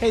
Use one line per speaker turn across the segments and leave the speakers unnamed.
Hey,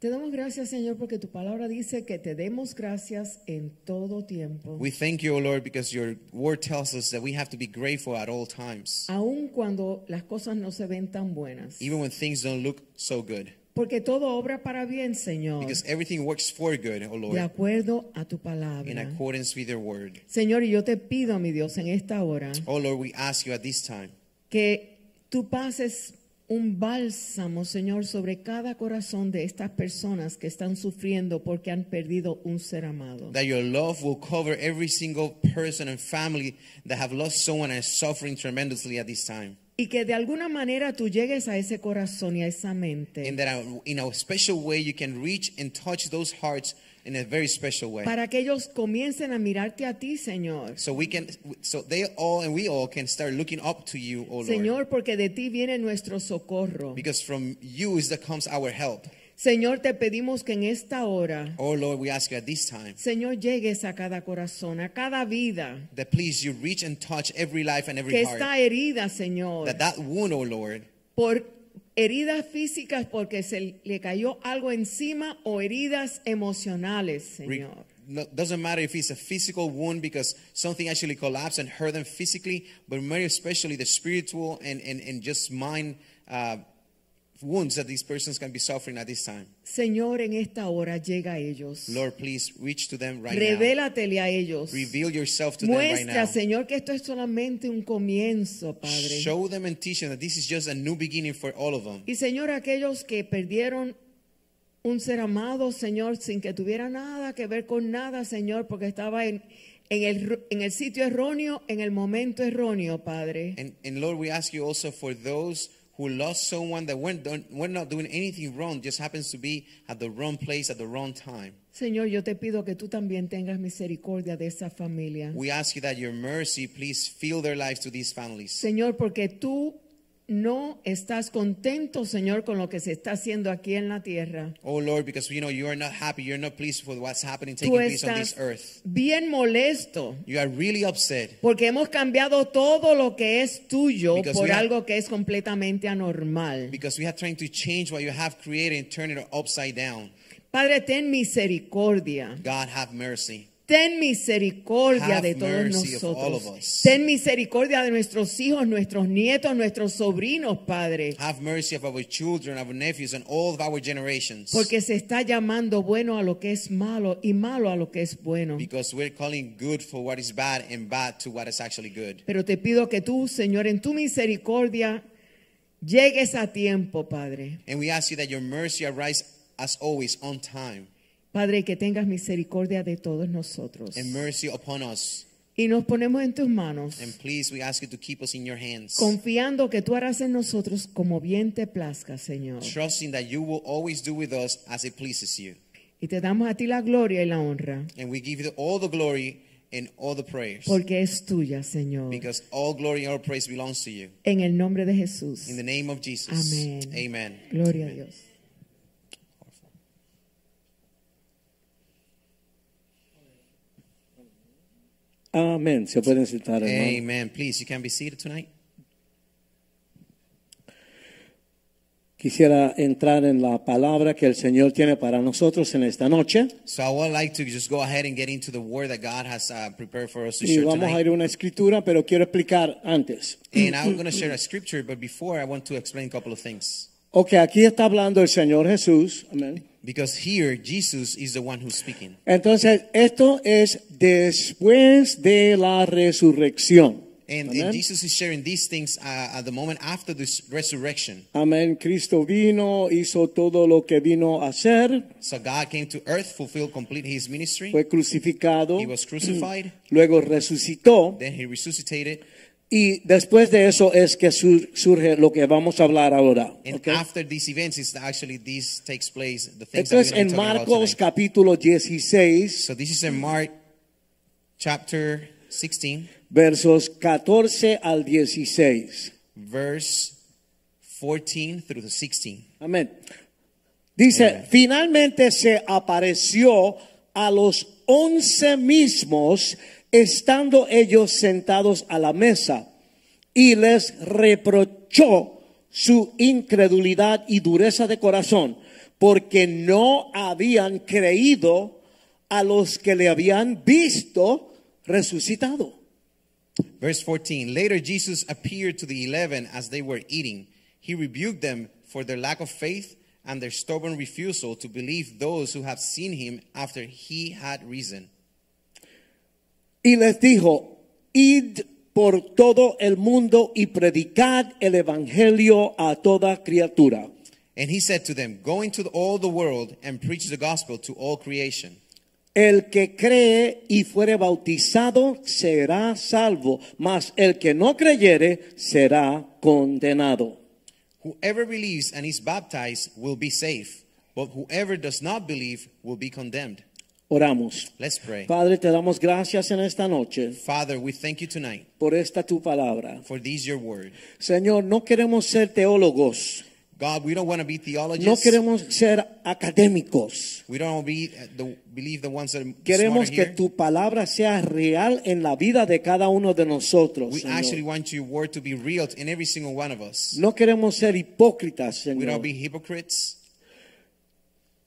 Te damos gracias, Señor, porque tu palabra dice que te demos gracias en todo tiempo.
We thank you, O Lord, because your word tells us that we have to be grateful at all times,
aun cuando las cosas no se ven tan buenas.
even when things don't look so good.
Porque todo obra para bien, Señor,
Because everything works for good, O
de
Lord,
acuerdo a tu
in
palabra.
accordance with your word.
Señor, y yo te pido, mi Dios, en esta hora,
O Lord, we ask you at this time
que tú pases un bálsamo, Señor, sobre cada corazón de estas personas que están sufriendo porque han perdido un ser amado.
that your love will cover every single person and family that have lost someone and is suffering tremendously at this time.
Y que de alguna manera tú llegues a ese corazón y a esa
And
mente
that uh, in a special way, you can reach and touch those hearts in a very special way.
para que ellos comiencen a mirarte a ti, Señor.
So we can, so they all and we all can start looking up to you, O Lord.
Señor, porque de ti viene nuestro socorro.
Because from you is that comes our help.
Señor, te pedimos que en esta hora,
Oh Lord, we ask you at this time
Señor, llegues a cada corazón, a cada vida
that please you reach and touch every life and
que
every heart.
está herida, Señor,
That that wound, oh Lord,
por heridas físicas porque se le cayó algo encima o heridas emocionales,
re-
Señor.
no, doesn't matter if it's a physical wound because something actually collapsed and hurt them physically, but very especially the spiritual and, and, and just mind uh, wounds that these persons can be suffering at this time.
Señor, en esta hora llega a ellos.
Lord, please reach to them right now.
Revélatele a ellos.
Reveal yourself to them
Muestra,
right now.
Señor, que esto es solamente un comienzo, Padre.
Show them and teach them that this is just a new beginning for all of them.
y Señor, aquellos que perdieron un ser amado, Señor, sin que tuviera nada que ver con nada, Señor, porque estaba en, en el, ru- en el sitio erróneo, en el momento erróneo, Padre.
And, and Lord, we ask you also for those who lost someone that weren't, done, were not doing anything wrong, just happens to be at the wrong place at the wrong time.
Señor, yo te pido que tú también tengas misericordia de esa familia.
We ask you that your mercy, please fill their lives to these families.
Señor, porque tú no estás contento, Señor, con lo que se está haciendo aquí en la tierra.
Oh Lord, because you know you are not happy, you're not pleased with what's happening, taking
Tú
place on this
estás
earth.
bien molesto
You are really upset
Porque hemos cambiado todo lo que es tuyo
Because
por
we have-
algo que es completamente anormal.
because we are trying to change what you have created and turn it upside down.
Padre, ten misericordia.
God, have mercy.
Ten misericordia
Have
de todos
mercy of all of
nosotros.
us.
Ten misericordia de nuestros hijos, nuestros nietos, nuestros sobrinos, Padre.
Have mercy of our children, our nephews, and all of our generations.
Porque se está llamando bueno a lo que es malo y malo a lo que es bueno.
Because we're calling good for what is bad and bad to what is actually good.
Pero te pido que tú, Señor, en tu misericordia, llegues a tiempo, Padre.
And we ask you that your mercy arise as always on time
Padre, que tengas misericordia de todos nosotros.
and mercy upon us.
Y nos ponemos en tus manos,
And please, we ask you to keep us in your hands,
confiando que tú harás en nosotros como bien te plazca, Señor.
trusting that you will always do with us as it pleases you.
Y te damos a ti la gloria y la honra,
And we give you all the glory and all the prayers
porque es tuya, Señor.
because all glory and all praise belongs to you.
En el nombre de Jesús.
In the name of Jesus.
Amén.
Amen.
Gloria
Amen.
a Dios.
Amén. Se pueden sentar, hermano.
Amen. Please, you can be seated tonight.
Quisiera entrar en la palabra que el Señor tiene para nosotros en esta noche.
So I would like to just go ahead and get into the word that God has uh, prepared for us to
Y
share
vamos
tonight.
a ir a una escritura, pero quiero explicar antes.
And I'm going to share a scripture, but before I want to explain a couple of things.
Ok, aquí está hablando el Señor Jesús. Amén.
Because here, Jesus is the one who's speaking.
Entonces, esto es después de la resurrección.
And, and
Amén.
Jesus is sharing these things uh, at the moment after this resurrection.
Amén. Cristo vino, hizo todo lo que vino a hacer,
So God came to earth, fulfilled complete his ministry.
fue crucificado,
He was crucified.
luego resucitó
Then he resuscitated.
Y después de eso es que sur- surge lo que vamos a hablar ahora.
And
¿ok?
after these events, is actually this takes place the things that we're
Entonces
going
en
to be talking about
Marcos
tonight.
capítulo 16,
So this is in Mark chapter 16,
versos 14 al 16.
verse 14 through the 16.
Amén. Dice, finalmente se apareció a los once mismos, estando ellos sentados a la mesa, y les reprochó su incredulidad y dureza de corazón, porque no habían creído a los que le habían visto resucitado.
Verse 14 Later, Jesus appeared to the eleven as they were eating. He rebuked them for their lack of faith and their stubborn refusal to believe those who have seen him after he had risen.
Y les dijo, id por todo el mundo y predicad el Evangelio a toda criatura.
And he said to them, Go into all the world and preach the gospel to all creation.
El que cree y fuere bautizado será salvo, mas el que no creyere será condenado.
Whoever believes and is baptized will be safe, but whoever does not believe will be condemned.
Oramos.
Let's pray.
Padre, te damos gracias en esta noche
Father, we thank you tonight
por esta tu palabra.
for these your word.
Señor, no queremos ser teólogos,
God, we don't want to be
no
theologists.
queremos ser académicos.
we don't want to be uh, the, believe the ones that are
Queremos
smarter
que
here.
tu palabra sea real en la vida de cada uno de nosotros.
We
Señor.
actually want your word to be real in every single one of us.
No queremos ser hipócritas,
We
Señor,
don't be hypocrites,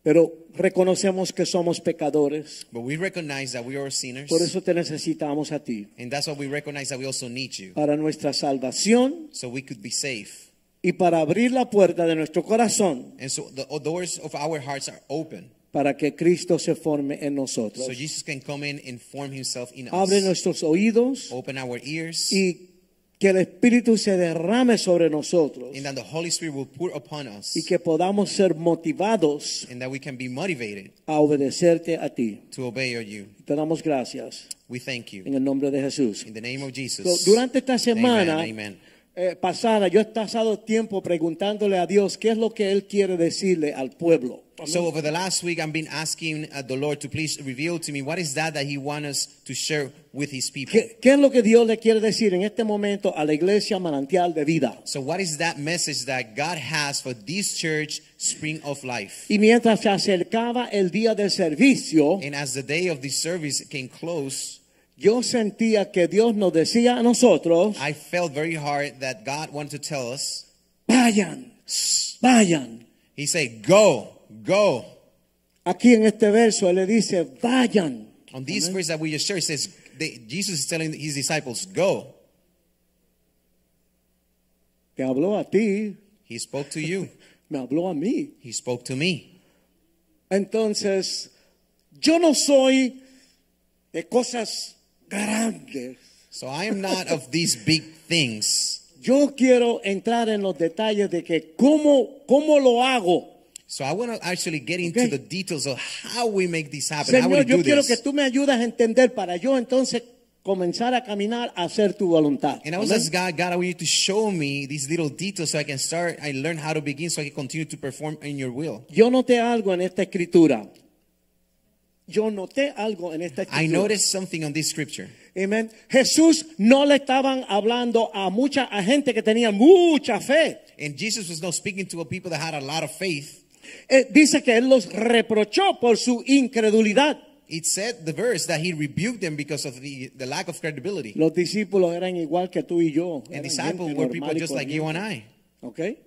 pero reconocemos que somos pecadores.
but we recognize that we are sinners.
Por eso te necesitamos a ti
and that's why we recognize that we also need you.
para nuestra salvación
So we could be safe.
y para abrir la puerta de nuestro corazón
And so the doors of our hearts are open.
para que Cristo se forme en nosotros.
So Jesus can come in and form himself in
Abre
us.
nuestros oídos
Open our ears.
y que el Espíritu se derrame sobre nosotros
And that the Holy Spirit will pour upon us.
y que podamos ser motivados
And that we can be motivated
a obedecerte a ti.
to obey you.
Te damos gracias.
We thank you.
en el nombre de Jesús.
In the name of Jesus.
So, durante esta semana
Amen, amen.
eh, pasada, yo he pasado tiempo preguntándole a Dios qué es lo que Él quiere decirle al pueblo.
So over the last week, I've been asking uh, the Lord to please reveal to me what is that that He wants us to share with His people.
¿Qué, qué es lo que Dios le quiere decir en este momento a la iglesia manantial de vida?
So what is that message that God has for this church, Spring of Life?
Y mientras se acercaba el día del servicio,
And as the day of this service came close,
yo sentía que Dios nos decía a nosotros,
I felt very hard that God wanted to tell us.
vayan, vayan.
He said, "Go, go."
Aquí en este verso Él le dice, vayan.
On these verse that we just shared, it says they, Jesus is telling His disciples, "Go."
Te habló a ti,
He spoke to you.
me habló a mí.
He spoke to me.
Entonces, yo no soy de cosas grandes.
So I am not of these big things.
Yo quiero entrar en los detalles de que cómo, cómo lo hago.
So I want to actually get into
Okay.
the details of how we make this happen. how we
Señor,
do
yo quiero
this.
que tú me ayudes a entender para yo entonces comenzar a caminar a hacer tu voluntad.
And I was
Amén.
asking God, God, I want you to show me these little details so I can start I learn how to begin so I can continue to perform in your will.
Yo noté algo en esta escritura. Yo noté algo en esta
I
escritura.
noticed something on this scripture.
Amén. Jesús no le estaban hablando a mucha a gente que tenía mucha fe.
And Jesus was not speaking to a people that had a lot of faith.
Eh, dice que él los reprochó por su incredulidad.
It said the verse that he rebuked them because of the, the lack of credibility.
Los discípulos eran igual que tú y yo.
And
eran
disciples
gente
were
normal
people
y
just like you and
corriente.
I.
Okay.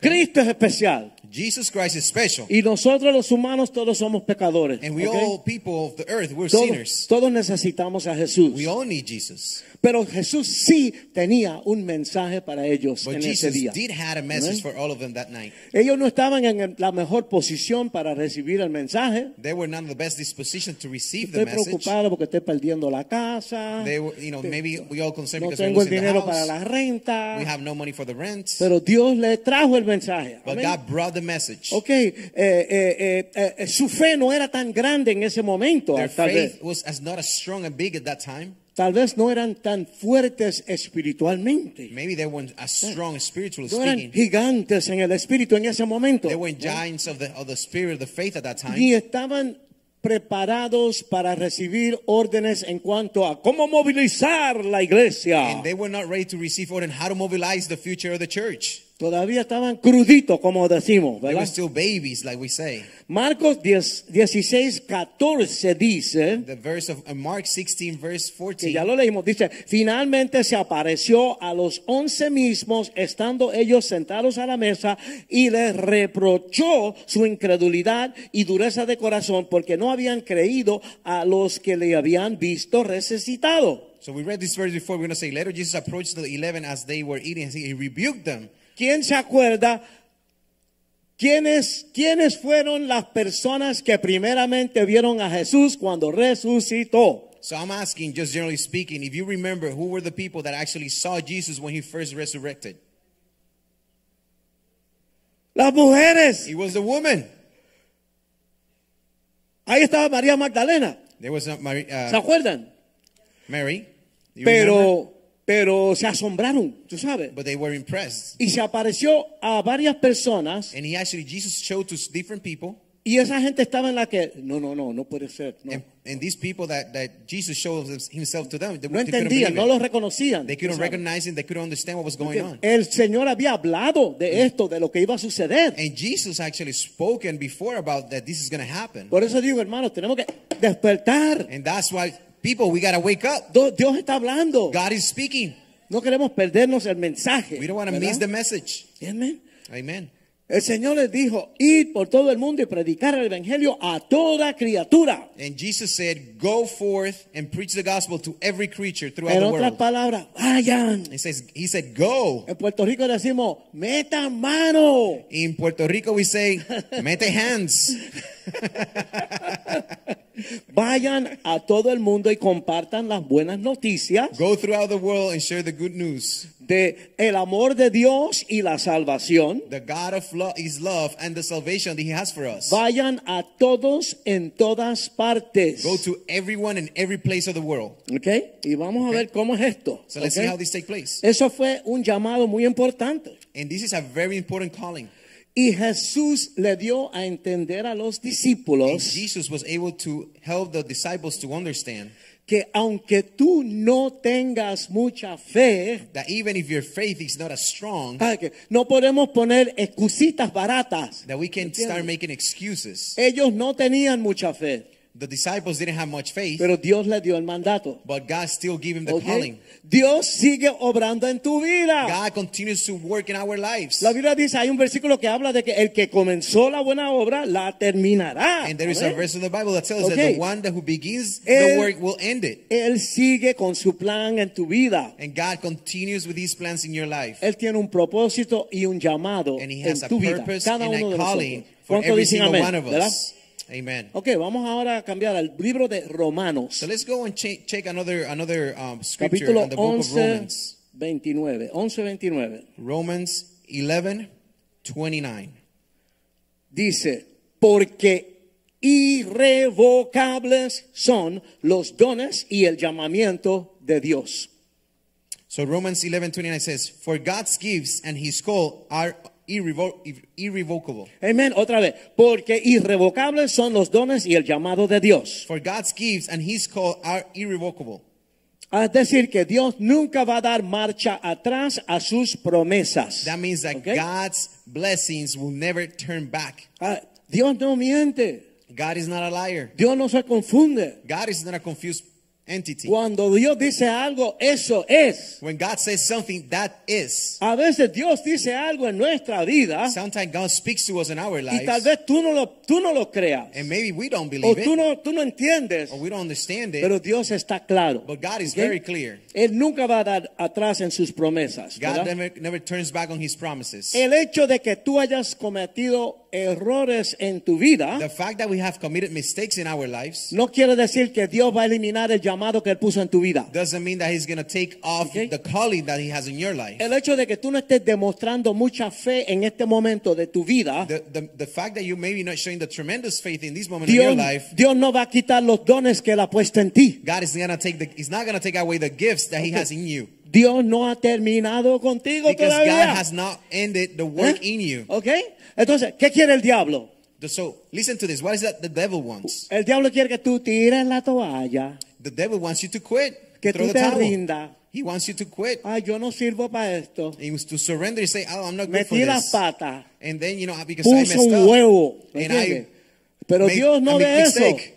Cristo es especial
Jesus Christ is special.
y nosotros los humanos todos somos pecadores.
And we
ok.
all people of the earth, we're
todos,
sinners.
todos necesitamos a Jesús.
We all need Jesus.
Pero Jesús sí tenía un mensaje para ellos
But
en
Jesus
ese día.
did had a message for all of them that night.
Ellos no estaban en el- la mejor posición para recibir el mensaje.
They were not in the best disposition to receive the
Estoy
message.
preocupado porque estoy perdiendo la casa.
They were, you know, maybe we all concerned
no
because we're
tengo el
losing the
dinero para
house.
la renta.
We have no money for the rent.
Pero Dios le trajo el mensaje.
but
Amén.
God brought the message.
Ok, eh, eh, eh, eh, eh, su fe no era tan grande en ese momento.
Their
Tal vez,
faith was as not as strong and big at that time.
tal vez no eran tan fuertes espiritualmente.
Maybe they weren't as
Eh.
strong spiritually
No eran
speaking.
gigantes en el espíritu en ese momento.
They weren't giants of the, of the spirit, of the faith at that
Ni
time.
estaban preparados para recibir órdenes en cuanto a cómo movilizar la iglesia.
And they were not ready to receive order and how to mobilize the future of the church.
Todavía estaban cruditos, como decimos,
They were
¿verdad?
still babies, like we say.
Marcos 10, 16, 14 dice,
The verse of uh, Mark 16, verse
que
14.
ya lo leímos, dice, finalmente se apareció a los once mismos, estando ellos sentados a la mesa, y les reprochó su incredulidad y dureza de corazón, porque no habían creído a los que le habían visto resucitado.
So we read this verse before. We're going to say later Jesus approached the eleven as they were eating. and He rebuked them.
¿Quién se acuerda? ¿Quiénes, ¿Quiénes fueron las personas que primeramente vieron a Jesús cuando resucitó?
So I'm asking, just generally speaking, if you remember, who were the people that actually saw Jesus when he first resurrected?
Las mujeres.
It was the woman.
Ahí estaba María Magdalena.
There was not Mary.
¿Se
Uh,
acuerdan?
Mary. You remember?
Pero, pero se asombraron, tú sabes.
But they were impressed.
Y se apareció a varias personas
And he actually, Jesus showed to different people.
y esa gente estaba en la que, no, no, no, no puede ser. No,
And, and these people that, that Jesus showed himself to them, they,
No
they couldn't believe
entendían, no
it.
lo reconocían.
They
tú
couldn't
sabes.
recognize him. They couldn't understand what was going on.
El Señor había hablado de esto, de lo que iba a suceder.
And Jesus actually spoken before about that this is going to happen.
Por eso digo, hermanos, tenemos que despertar.
And that's why, people, we got to wake up.
Do- Dios está hablando.
God is speaking.
No queremos perdernos el mensaje.
We don't want to
¿verdad?
miss the message.
Amén.
Amen.
El Señor les dijo, id por todo el mundo y predicar el Evangelio a toda criatura.
And Jesus said, Go forth and preach the gospel to every creature throughout
En
the
otras
world.
palabras, vayan.
He says, He said, Go.
En Puerto Rico decimos, metan mano.
In Puerto Rico, we say, Mete hands.
Vayan a todo el mundo y compartan las buenas noticias
Go throughout the world and share the good news.
de el amor de Dios y la salvación.
The God of love is love and the salvation that He has for us.
Vayan a todos en todas partes.
Go to everyone in every place of the world.
¿Ok? Y vamos a ver cómo es esto.
So let's
¿ok?
see how this takes place.
Eso fue un llamado muy importante.
And this is a very important calling.
Y Jesús le dio a entender a los
And
discípulos
Jesus was able to help the disciples to understand
que aunque tú no tengas mucha fe,
that even if your faith is not as strong,
¿sabe qué? no podemos poner excusitas baratas.
that we can start making excuses.
Ellos no tenían mucha fe,
The disciples didn't have much faith,
pero Dios le dio el mandato.
but God still gave him the
¿ok?
calling.
Dios sigue obrando en tu vida.
God continues to work in our lives.
La Biblia dice, hay un versículo que habla de que el que comenzó la buena obra la terminará.
And there is a
Amén.
verse in the Bible that tells us that
Okay.
the one that who begins
Él-
the work will end it.
Él sigue con su plan en tu vida.
And God continues with these plans in your life.
Él tiene un propósito y un llamado
And He
en
has a
tu vida.
purpose and
Cada uno de
a calling
nosotros.
for
¿Cuántos
every
dicen
single
amén?
one of
¿Verdad?
us. Amen.
Ok, vamos ahora a cambiar al libro de Romanos,
So let's go and che- check another another um, scripture
capítulo eh.
on the book of
11,
Romans.
29. 11, 29.
Romans 11, 29.
Dice, porque irrevocables son los dones y el llamamiento de Dios.
So Romans 11, 29 says, For God's gifts and his call are irrevo- irrevocable.
Amén, otra vez, porque irrevocables son los dones y el llamado de Dios.
For God's gifts and his call are irrevocable.
Es decir, que Dios nunca va a dar marcha atrás a sus promesas.
That means that
Okay?
God's blessings will never turn back.
Ah, Dios no miente,
God is not a liar.
Dios no se confunde.
God is not a confused entity.
Cuando Dios dice algo, eso es.
When God says something, that is.
A veces Dios dice algo en nuestra vida
Sometimes God speaks to us in our
y tal
lives,
vez tú no lo, tú no lo creas
and maybe we don't
o
believe
tú
it,
no, tú no entiendes,
or we don't understand
pero
it,
Dios está claro.
but God is
¿Ok?
very clear.
Él nunca va a dar atrás en sus promesas.
God
¿verdad?
never, never turns back on his promises.
El hecho de que tú hayas cometido errores en tu vida
The fact that we have committed mistakes in our lives
no quiere decir que Dios va a eliminar el llamado que Él puso en tu vida.
doesn't mean that He's going to take off
Okay.
the calling that He has in your life.
El hecho de que tú no estés demostrando mucha fe en este momento de tu vida,
The, the, the fact that you maybe not showing the tremendous faith in this moment in
Dios,
your life,
Dios no va a quitar los dones que Él ha puesto en ti.
God is gonna take the, He's not going to take away the gifts that He has in you.
Dios no ha terminado contigo
Because
todavía.
God has not ended the work
¿Eh?
in you.
¿Ok? Entonces, ¿qué quiere el diablo?
The- So listen to this. What is that the devil wants?
El diablo quiere que tú tires la toalla.
The devil wants you to quit.
Que
throw
tú
the
te
towel.
rinda.
He wants you to quit.
Ay, yo no sirvo para esto.
He wants to surrender and say, "Oh, I'm not good for
Metí las
this."
patas.
And then you know because I
Puso
messed
un
up.
huevo. ¿me
and I
entiendes? Pero
make-
Dios
I
no
make
ve eso.
mistake.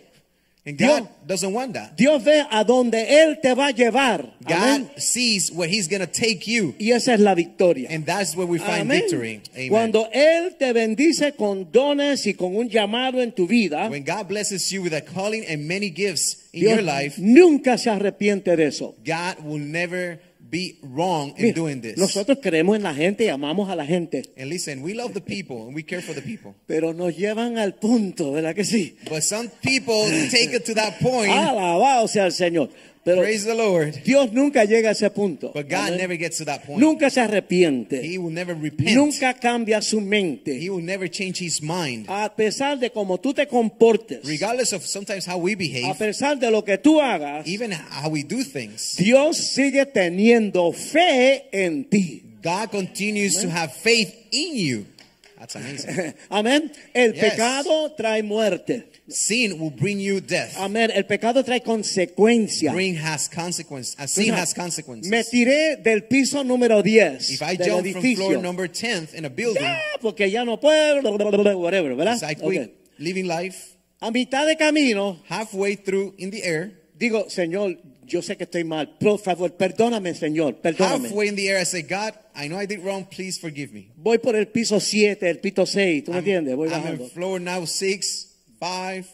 And
Dios-
God doesn't want that.
Dios ve a donde Él te va a llevar.
God
Amén.
sees where He's gonna take you,
Y esa es la victoria.
and that's where we find
Amén.
victory. Amen.
Cuando Él te bendice con dones y con un llamado en tu vida,
when God blesses you with a calling and many gifts in
Dios
your life,
nunca se arrepiente de eso.
God will never be wrong in
Mira,
doing this.
Nosotros creemos en la gente y amamos a la gente,
and listen, we love the people and we care for the people.
pero nos llevan al punto, ¿verdad que sí?
But some people take it to that point.
Alabado sea el Señor. Ah, Pero
Praise the Lord.
Dios nunca llega a ese punto.
But God
Amén.
never gets to that point.
Nunca se arrepiente.
He will never repent.
Nunca Ah, cambia su mente.
He will never change his mind.
A pesar de cómo tú te comportes,
Regardless of sometimes how we
a
behave,
pesar de lo que tú hagas,
even how we do things,
Dios sigue teniendo fe en ti.
God continues to have faith in you. That's amazing.
Amén. El
Yes.
pecado trae muerte.
Sin will bring you death.
Amén. El pecado trae consecuencias.
Bring has consequence. Uh,
O
sin
sea,
has
Me
consequences.
tiré del piso número 10
If I
del
jump from
edificio.
floor number 10th in a building,
Ah, porque ya no puedo, bla, bla, bla, whatever, ¿verdad?
as I quit
Ok.
living life
A mitad de camino,
halfway through in the air.
digo, Señor, yo sé que estoy mal. Por favor, perdóname, Señor, perdóname.
Halfway in the air, I say, God, I know I did wrong. Please forgive me.
Voy por el piso 7, el piso 6, ¿tú me entiendes? Voy
I'm
bajando.
in floor now six, five.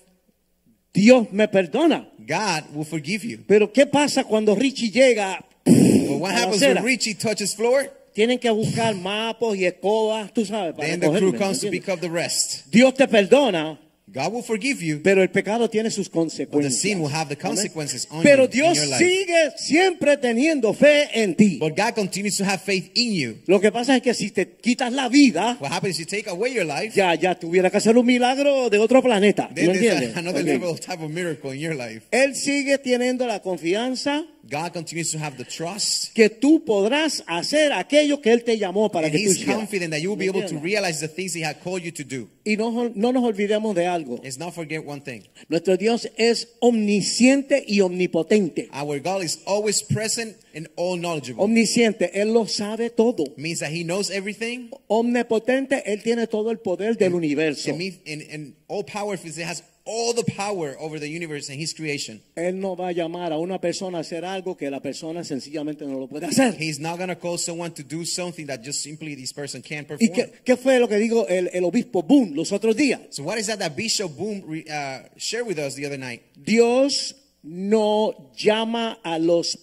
Dios me perdona.
God will forgive you.
Pero ¿qué pasa cuando Richie llega?
But what
A la
happens when
acera.
Richie touches floor?
Tienen que buscar mapas y escobas, tú sabes, para
Then the crew
recogerme,
comes to
¿me entiendes?
pick up the rest.
Dios te perdona,
God will forgive you,
pero el pecado tiene sus
but the
consecuencias.
sin will have the
Amén.
consequences on
Pero
you
Dios
in your life.
sigue siempre teniendo fe en ti.
But God continues to have faith in you.
Lo que pasa es que si te quitas la vida,
What happens is you take away your life,
ya ya tuviera que hacer un milagro de otro planeta. ¿Me
then
entiendes?
there's another
Ok.
level of type of miracle in your life.
Él sigue teniendo la confianza
God continues to have the trust,
que tú podrás hacer aquello que él te llamó para
and
que tú
He's
hicieras.
confident that you will be
¿Me
able to
entiendes?
realize the things He had called you to do.
Y no, no nos olvidemos de algo.
Let's not forget one thing.
Nuestro Dios es omnisciente y omnipotente.
Our God is always present and all knowledgeable.
Omnisciente, él lo sabe todo.
means that He knows everything.
Omnipotente, él tiene todo el poder del universo.
And, me, and, and all power, it has all the power over the universe and His creation.
Él no va a llamar a una persona a hacer algo que la persona sencillamente no lo puede hacer.
He's not going to call someone to do something that just simply this person can't perform.
¿Y qué, qué fue lo que dijo el, el obispo Boone los otros días?
So what is that that Bishop Boom re, uh, shared with us the other night?
Dios no llama a los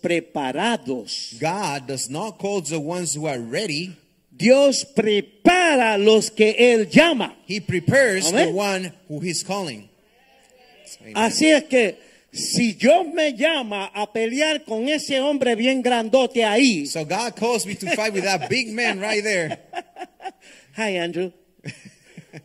preparados.
God does not call the ones who are ready.
Dios prepara a los que Él llama.
He prepares
Amen.
the one who he's calling. Amen.
Así es que si Dios me llama a pelear con ese hombre bien grandote ahí,
So God calls me to fight with that big man right there.
hi Andrew,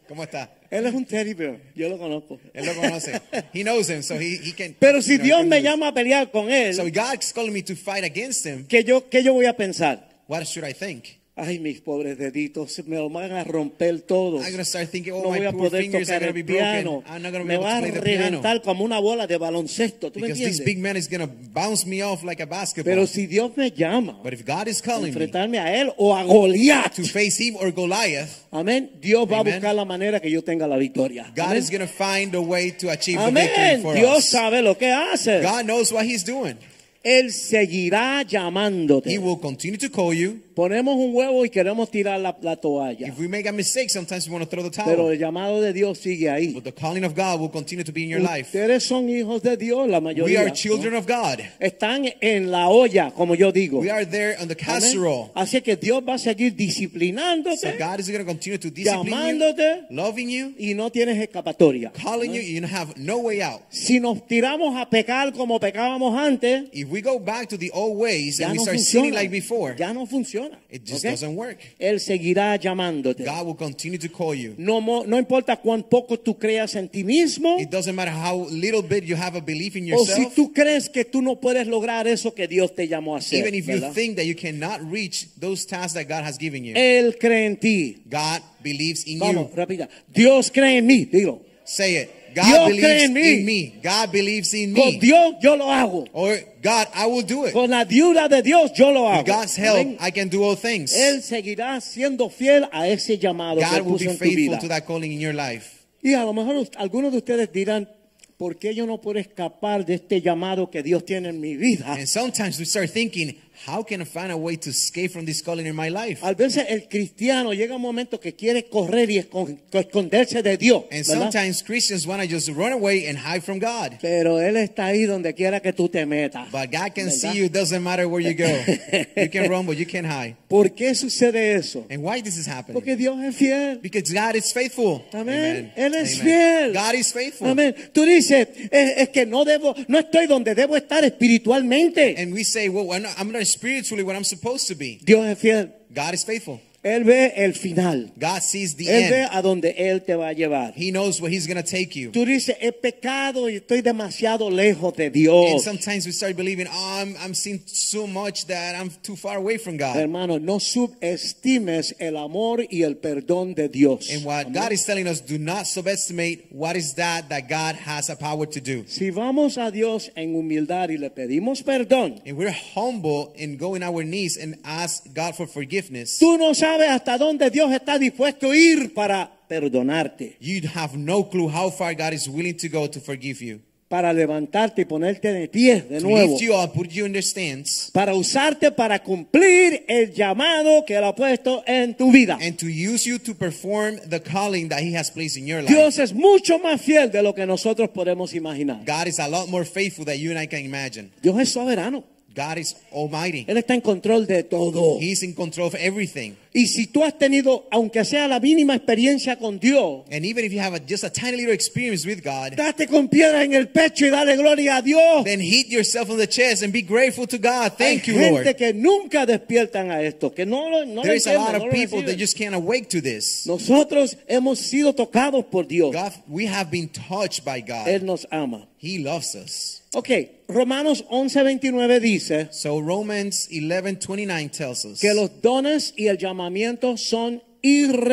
¿Cómo está?
él es un teddy bear, yo lo conozco.
Él lo conoce. He knows him, so he, he can.
Pero
you
si
know, he
Dios
can
me
do this.
llama a pelear con él,
So God's calling me to fight against him.
¿qué yo, qué yo voy a pensar?
What should I think?
Ay, mis pobres deditos, me lo van a romper todo.
I'm gonna start thinking, oh,
no
my
voy a
poor
poder
fingers are gonna
tocar el
be broken.
piano.
I'm not gonna be
me
able to
va a
play the piano.
reventar como una bola de baloncesto. ¿Tú me
Because this
entiendes?
big man is going to bounce me off like a basketball.
Pero si Dios me llama
but if God is
a
calling me
enfrentarme a él o a Goliat,
to face him or Goliath,
amén, Dios va a
Amen.
buscar la manera que yo tenga la victoria.
God
Amén.
is going to find a way to achieve the victory
Amén.
for
Dios
us.
sabe lo que hace.
God knows what he's doing.
Él seguirá llamándote.
He will continue to call you.
Ponemos un huevo y queremos tirar la, la toalla.
If we make a mistake, sometimes we want to throw the
Pero
towel.
el llamado de Dios sigue ahí.
But the calling of God will continue to be in your life.
Ustedes son hijos de Dios, la
We
mayoría.
are children of God.
Están en la olla, como yo digo.
We are there on the
Amén.
casserole.
Así que Dios va a seguir
So
disciplinándote
God is going to continue to discipline you,
Llamándote.
loving you,
y no tienes escapatoria.
calling you. You have no way out.
Si nos tiramos a pecar como pecábamos antes,
If we go back to the old ways
ya
and we
no
start
funciona.
sinning like before,
Ya no funciona.
it just
¿ok?
doesn't work.
Él seguirá llamándote.
God will continue to call you.
No, mo- no importa cuán poco tú creas en ti mismo
It doesn't matter how little bit you have a belief in
o si
yourself,
Oh, tú crees que tú no puedes lograr eso que Dios te llamó a hacer.
even if you
¿verdad?
think that you cannot reach those tasks that God has given you.
Él cree en ti.
God believes in
Vamos,
you.
rápida. Dios cree en mí. Digo,
Say it. God
Dios cree
believes
en mí.
in me. God believes in
con
me.
Dios yo lo hago.
Or God, I will do it.
Con la ayuda de Dios yo lo hago.
With God's help,
Amén.
I can do all things.
Él seguirá siendo fiel a ese llamado que
God
él
will
puso
be
en tu vida.
faithful to that calling in your life.
Y a lo mejor us- algunos de ustedes dirán, ¿por qué yo no puedo escapar de este llamado que Dios tiene en mi vida?
And sometimes we start thinking, how can I find a way to escape from this calling in my life?
A veces el cristiano llega un momento que quiere correr y escon- esconderse de Dios.
And
¿verdad?
sometimes Christians want to just run away and hide from God.
Pero Él está ahí donde quiera que tú te metas.
But God can
¿verdad?
see you, it doesn't matter where you go. you can run, but you can't hide.
¿Por qué sucede eso?
And why this is happening?
Porque Dios es fiel.
Because God is faithful.
Amén. Él es fiel.
God is faithful.
Amén. Tú dices, es, es que no debo, no estoy donde debo estar espiritualmente.
And we say, well, I'm not, I'm not spiritually what I'm supposed to be.
Dios es fiel.
God is faithful.
Él ve el final.
God sees the
Él ve
end.
a donde Él te va a llevar.
He knows where He's going to take you.
Tú dices, he pecado y estoy demasiado lejos de Dios.
And sometimes we start believing, oh, I'm, I'm seeing so much that I'm too far away from God.
Hermano, no subestimes el amor y el perdón de Dios.
And what
Amén.
God is telling us, do not subestimate what is that that God has a power to do.
Si vamos a Dios en humildad y le pedimos perdón,
And we're humble in going our knees and ask God for forgiveness.
tú no sabes hasta dónde Dios está dispuesto a ir para perdonarte,
You have no clue how far God is willing to go to forgive you.
para levantarte y ponerte de pie de
To
nuevo,
lift you up, put you in their stands,
para usarte para cumplir el llamado que Él ha puesto en tu vida.
and to use you to perform the calling that He has placed in your life.
Dios es mucho más fiel de lo que nosotros podemos imaginar.
God is a lot more faithful than you and I can imagine.
Dios es soberano.
God is almighty.
Él está en control de todo.
He's in control of everything.
Y si tú has tenido, aunque sea la mínima experiencia con Dios,
And even if you have a, just a tiny little experience with God,
date con piedra en el pecho y dale gloria a Dios.
then hit yourself on the chest and be grateful to God. Thank
Hay
you,
gente
Lord.
que nunca despiertan a esto, que no lo no lo
There's a
entienden,
lot
no
of
lo
people that
reciben.
just can't awake to this.
Nosotros hemos sido tocados por Dios.
God, we have been touched by God.
Él nos ama.
He loves us.
Ok, Romanos 11:29 dice
So Romans 11:29 tells us
que los dones y el llamamiento son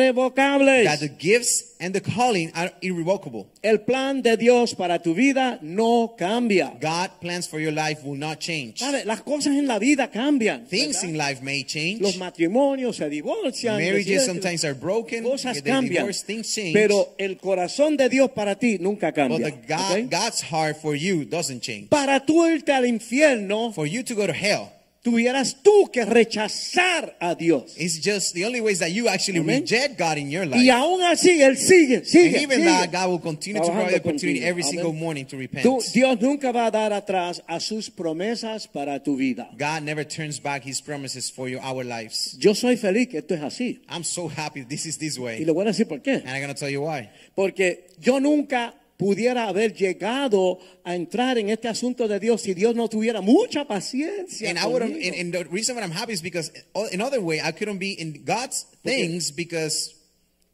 that the
irrevocables.
gifts and the calling are irrevocable.
El plan de Dios para tu vida no cambia.
God plans for your life will not change.
¿Sabe? Las cosas en la vida cambian.
Things
¿verdad?
in life may change.
Los matrimonios se divorcian.
Marriages
deciden-
sometimes are broken.
cosas
they
cambian.
divorce, things change.
Pero el corazón de Dios para ti nunca
but
cambia.
the God,
¿ok?
God's heart for you doesn't change.
Para tú irte al infierno,
For you to go to hell,
tuvieras tú que rechazar a Dios.
it's just the only ways that you actually
Amén.
reject God in your life.
Y aún así, Él sigue,
and
sigue,
even
sigue.
that, God will continue to
Trabajando
provide opportunity
contigo.
every
Amén.
single morning to repent.
Tú- Dios nunca va a dar atrás a sus promesas para tu vida.
God never turns back His promises for you, our lives.
Yo soy feliz que esto es así.
I'm so happy this is this way.
Y le voy a decir por qué.
And I'm going to tell you why.
Porque yo nunca pudiera haber llegado a entrar en este asunto de Dios si Dios no tuviera mucha paciencia.
and I would have,
conmigo.
and, and the reason why I'm happy is because o- another way I couldn't be in God's things because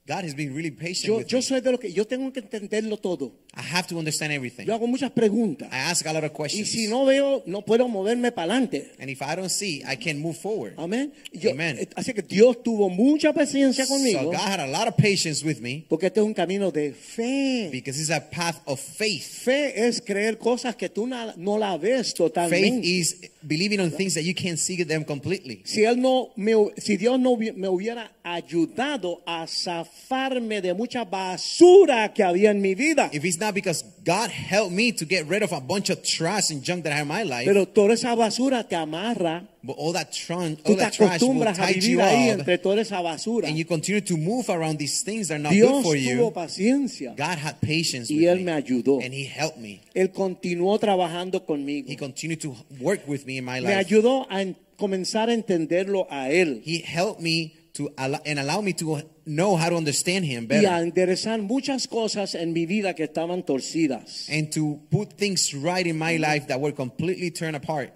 God has been really patient
yo,
with
yo
me.
soy de lo que yo tengo que entenderlo todo.
I have to understand everything.
Yo hago muchas preguntas.
I ask a lot of
Y
questions.
si no veo, no puedo moverme para adelante.
and if I don't see, I can move forward.
Amén. Yo-
Amen.
eh, Así que Dios tuvo mucha paciencia
So
conmigo.
God had a lot of patience with me
Porque este es un camino de fe.
because it's a path of faith.
Fe es creer cosas que tú na- no la ves
Faith
totalmente.
is believing on things that you can't see them completely.
Si él no me, hu- si Dios no hubi- me hubiera ayudado a zafarme de mucha basura que había en mi vida,
If it's not because God helped me to get rid of a bunch of trash and junk that I had in my life,
Pero toda esa basura te amarra.
but all that, trun- all
Tú te
that trash will
acostumbras a
tie
vivir
you
ahí
up,
entre toda esa basura.
and you continue to move around these things that are not
Dios
good for
tuvo
you.
paciencia.
God had patience
Y
with
Él
me,
me ayudó.
and He helped me.
Él continuó trabajando conmigo.
He continued to work with me in my
Me
life.
ayudó a en- comenzar a entenderlo a Él.
He helped me to allow, and allow me to know how to understand Him
Y
better,
a enderezar muchas cosas en mi vida que estaban torcidas.
and to put things right in my life that were completely torn apart.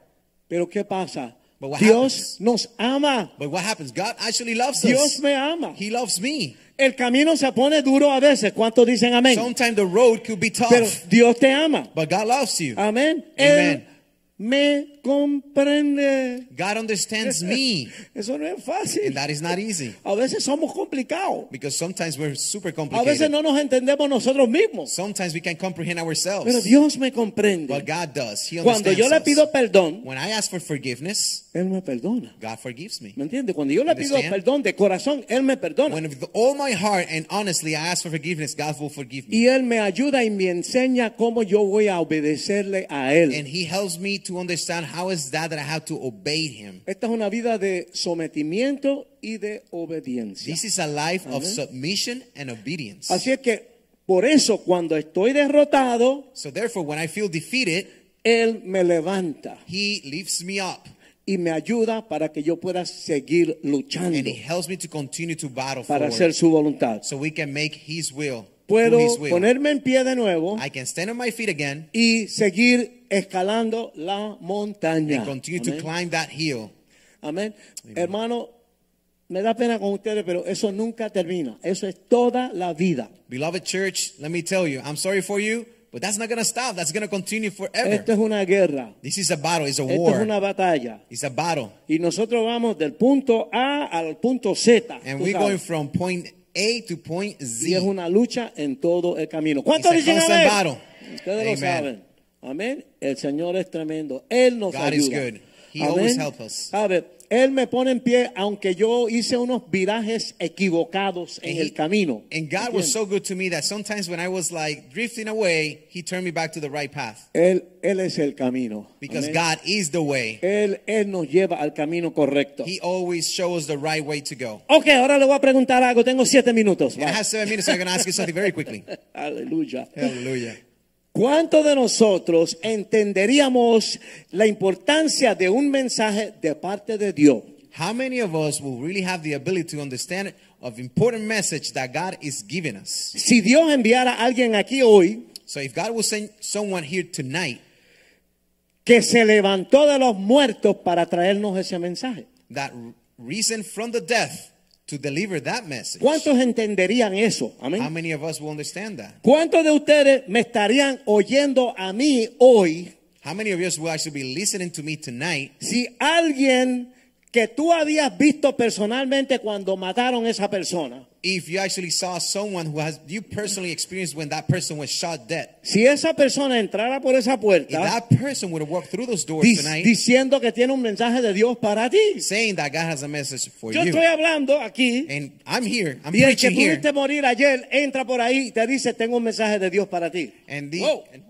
Pero ¿qué pasa?
But what
Dios
happens?
nos ama.
But what happens? God actually loves
Dios
us.
me ama.
He loves me.
El camino se pone duro a veces. ¿Cuántos dicen amén?
Sometimes the road could be tough,
Pero Dios te ama.
but God loves you.
Amén. Él
Amen.
me comprende.
God understands me,
Eso no es fácil.
and that is not easy
A veces somos complicados.
because sometimes we're super
A veces
complicated.
no nos entendemos nosotros mismos.
Sometimes we can comprehend
Pero
ourselves,
Dios me
but
comprende.
God does. He
Cuando
understands
yo le
us.
pido perdón,
When I ask for forgiveness,
Él me perdona.
God forgives me.
¿Me entiendes? Cuando yo le pido
Understand?
perdón de corazón, Él me perdona.
When with all my heart and honestly I ask for forgiveness, God will forgive me.
Y Él me ayuda y me enseña cómo yo voy a obedecerle a Él.
And He helps me to understand how is that that I have to obey Him.
Esta es una vida de sometimiento y de obediencia.
This is a life of submission and obedience.
Así es que por eso cuando estoy derrotado,
So therefore, when I feel defeated,
Él me levanta
He lifts me up
y me ayuda para que yo pueda seguir
and
luchando
He helps me to continue to battle
para hacer
forward
su voluntad.
so we can make His will. do
Puedo
His will.
ponerme en pie de nuevo
I can stand on my feet again
y seguir escalando la montaña.
and continue to
Amén.
climb that hill.
Amén. Hermano, me da pena con ustedes, pero eso nunca termina. Eso es toda la vida.
Beloved church, let me tell you, I'm sorry for you, but that's not going to stop. That's going to continue forever.
Esto es una guerra.
This is a battle, it's a
Esto es
war,
una batalla.
it's a battle.
Y nosotros vamos del punto A al punto Z.
And
tú
we're going
sabes.
from point A to point
Y es
Z.
una lucha en todo el camino.
It's
¿Cuántos
a
dicen
constant
amén?
battle.
Ustedes lo
Amen.
saben. Amén. El Señor es tremendo. Él nos
God is
ayuda.
good. He always help us.
Sabe, Él me pone en pie aunque yo hice unos virajes equivocados en
he-
el camino.
And God
¿Entiendes?
was so good to me that sometimes when I was like drifting away, He turned me back to the right path
Él, él es el camino.
because
Amén.
God is the way.
Él, él nos lleva al camino correcto.
He always shows us the right way to go.
ok, ahora le voy a preguntar algo. Tengo siete minutos.
And I
Va.
have seven minutes, so I'm going to ask you something very quickly.
Aleluya.
Hallelujah.
¿Cuántos de nosotros entenderíamos la importancia de un mensaje de parte de Dios?
How many of us will really have the ability to understand of important message that God is giving us?
Si Dios enviara a alguien aquí hoy
So if God will send someone here tonight
que se levantó de los muertos para traernos ese mensaje,
that r- risen from the death to deliver that message,
¿cuántos entenderían eso?
how
Amén.
many of us will understand that?
¿Cuántos de ustedes me estarían oyendo a mí hoy
How many of us will actually be listening to me tonight
si alguien que tú habías visto personalmente cuando mataron a esa persona,
if you actually saw someone who has you personally experienced when that person was shot dead,
si esa persona entrara por esa
if
puerta
that person would have walked through those doors
di-
tonight,
diciendo que tiene un mensaje de Dios para ti,
saying that God has a message for
yo
you,
estoy hablando aquí
and I'm here, I'm
y el que
preaching here,
pudiste morir ayer entra por ahí y te dice tengo un mensaje de Dios para ti. Oh,
and the
Whoa.
and,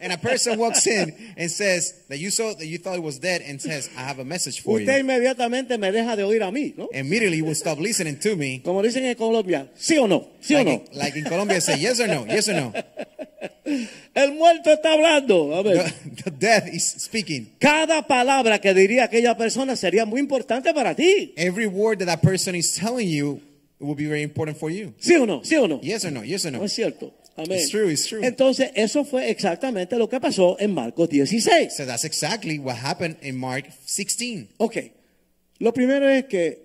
and a person walks in and says that you saw that you thought it was dead, and says, "I have a message for
Usted
you."
inmediatamente me deja de oír a mí, ¿no?
Immediately, you will stop listening to me.
Como dicen en Colombia, sí o no, sí o
Like
no.
in, like in Colombia, say yes or no, yes or no.
El muerto está hablando. A ver.
The, the death is speaking.
Cada palabra que diría aquella persona sería muy importante para ti.
Every word that that person is telling you will be very important for you.
¿Sí o no? ¿Sí o no?
Yes or no, yes or
No
no.
es cierto. Amén.
It's true, it's true.
Entonces, eso fue exactamente lo que pasó en Marcos 16.
So that's exactly what happened in Mark 16.
Ok. Lo primero es que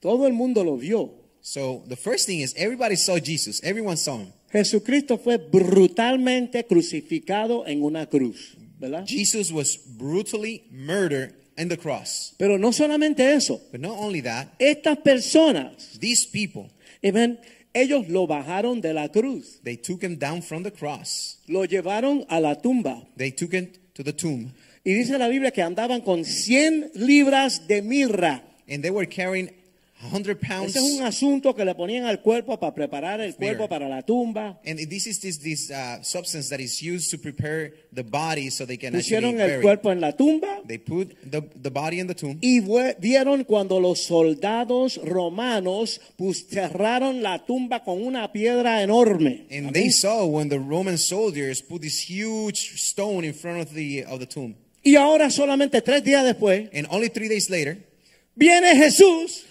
todo el mundo lo vio.
So the first thing is everybody saw Jesus. Everyone saw him.
Jesucristo fue brutalmente crucificado en una cruz, ¿verdad?
Jesus was brutally murdered in the cross.
Pero no solamente eso.
But not only that,
Estas personas,
these people,
amén, ellos lo bajaron de la cruz,
they took him down from the cross.
lo llevaron a la tumba.
They took him to the tomb.
Y dice la Biblia que andaban con 100 libras de mirra.
And they were carrying 100 pounds.
Ese es un asunto que le ponían al cuerpo para preparar el
Fear.
cuerpo para la tumba.
And this is this, this uh, substance that is used to prepare the body so they can actually
Pusieron
bury.
el
it.
cuerpo en la tumba
They put the, the body in the tomb.
y vue- vieron cuando los soldados romanos pues, cerraron la tumba con una piedra enorme.
And they saw when the Roman soldiers put this huge stone in front of the of the tomb.
Y ahora solamente tres días después
And only three days later,
viene Jesús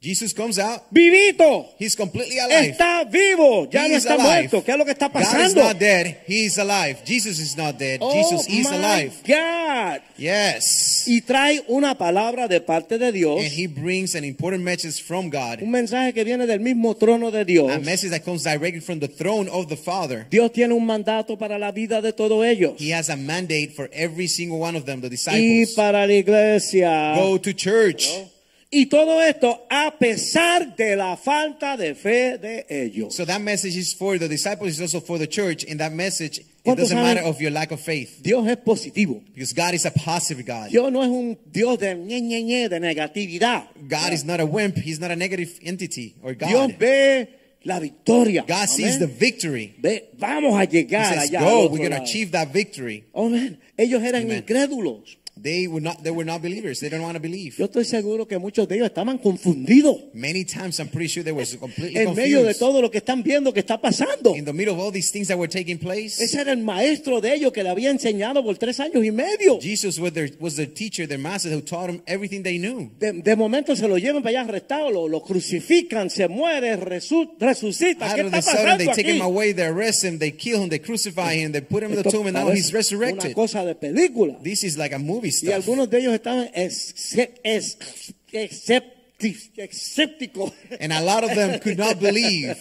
Jesus comes out.
vivito.
He's completely alive.
Está vivo, ya
He
no
is
está
alive.
muerto. ¿Qué es lo que está
God is
pasando?
not dead. He is alive. Jesus is not dead.
Oh,
Jesus is
my
alive.
God.
Yes.
Y trae una palabra de parte de Dios,
And he brings an important message from God.
un mensaje que viene del mismo trono de Dios.
A message that comes directly from the throne of the Father.
Dios tiene un mandato para la vida de todos ellos
He has a mandate for every single one of them, the
y
disciples.
para la iglesia.
Go to church.
Y todo esto a pesar de la falta de fe de ellos.
So that message is for the disciples, it's also for the church. And that message, it
¿Cuántos
doesn't
saben?
matter of your lack of faith.
Dios es positivo.
Because God is a positive God.
Dios no es un Dios de ñe, ñe, ñe, de negatividad.
God is not a wimp. He's not a negative entity or
Dios
God.
ve la victoria.
God sees
Amén.
the victory.
Ve, vamos a
He
llegar
says,
allá. al
go,
otro
we're going to
lado.
achieve that victory.
Amén. Ellos eran
Amen.
incrédulos.
They were not, they were not believers. They don't want to believe.
Yo estoy seguro que muchos de ellos estaban confundidos
Many times, I'm pretty sure they were completely
en medio de
confused.
todo lo que están viendo que está pasando.
In the middle of all these things that were taking place,
Ese era el maestro de ellos que le había enseñado por tres años y medio.
Jesus was their, was their teacher, their master, who taught them everything they knew.
De, de momento se lo llevan para allá arrestado, lo, lo crucifican, se muere, resu- resucita.
Out
¿Qué
of the
está
sudden, they
pasando
take
aquí?
him away, they arrest him, they kill him, they crucify him, they put him in the
Esto
tomb, and now
parece
he's
Una
resurrected.
cosa de película.
This is like a movie
Y
stuff.
algunos de ellos estaban exce- ex- excepti- escépticos.
And a lot of them could not believe.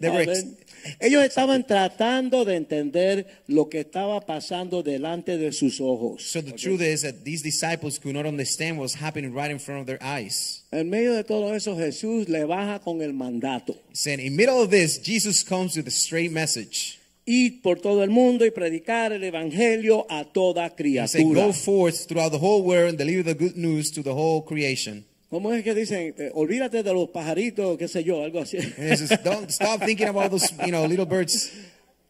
They were ex-
Amén. Ellos estaban tratando de entender lo que estaba pasando delante de sus ojos.
So the truth is that these disciples could not understand what was happening right in front of their eyes.
En medio de todo eso, Jesús le baja con el mandato.
Saying, in middle of this, Jesus comes with a straight message.
Ir por todo el mundo y predicar el evangelio a toda
He said,
criatura.
Go forth throughout the whole world and deliver the good news to the whole creation.
¿Cómo es que dicen? Eh, olvídate de los pajaritos, qué sé yo, algo así.
And he says, Don't stop thinking about those you know little birds.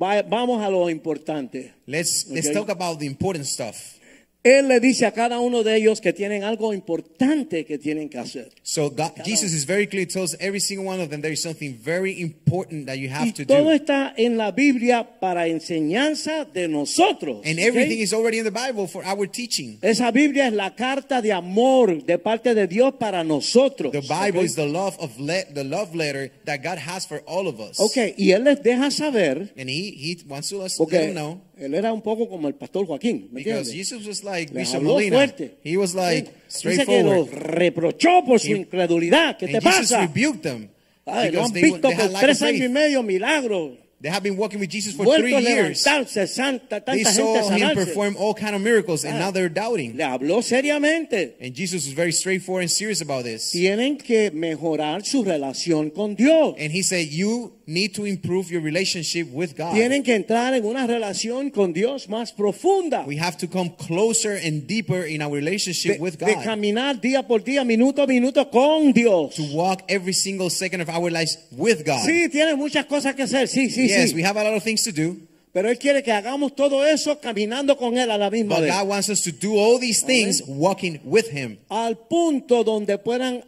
Va- vamos a lo importante.
Let's let's
Okay.
talk about the important stuff.
Él le dice a cada uno de ellos que tienen algo importante que tienen que hacer.
So God, Jesus is very clear, tells every single one of them there is something very important that you
Y
have to
todo
do.
está en la Biblia para enseñanza de nosotros.
And
¿ok?
everything is already in the Bible for our teaching.
Esa Biblia es la carta de amor de parte de Dios para nosotros.
The Bible
¿ok?
is the love of le- the love letter that God has for all of us.
Ok, y él les deja saber,
And he he wants to us let
porque
them know
él era un poco como el pastor Joaquín, ¿me
because
entiendes?
Jesus was like
Les
Bishop
habló
Molina.
fuerte.
He was like
Sí. Dice que los
straightforward.
reprochó por su
He-
incredulidad. ¿Qué te
And Jesus
pasa?
rebuked them
Ay, lo
because
han
they,
visto
they
por
had lack of
tres años y
faith.
medio, milagro.
They have been walking with Jesus for
Vuelto
three
a
years.
levantarse, santa,
They
tanta gente
saw him
sanarse.
perform all kind of miracles, and
Ah.
now they're doubting.
Le habló seriamente.
And Jesus was very straightforward and serious about this.
Tienen que mejorar su relación con Dios.
And he said, "You need to improve your relationship with God.
Tienen que entrar en una relación con Dios más profunda.
We have to come closer and deeper in our relationship
de,
with
de
God."
caminar día por día, minuto a minuto con Dios.
to walk every single second of our lives with God.
Sí, tiene muchas cosas que hacer, sí, sí,
yes,
sí.
we have a lot of things to do,
Pero Él quiere que hagamos todo eso caminando con Él a la misma
but
vez.
God wants us to do all these things walking with Him
Al punto donde puedan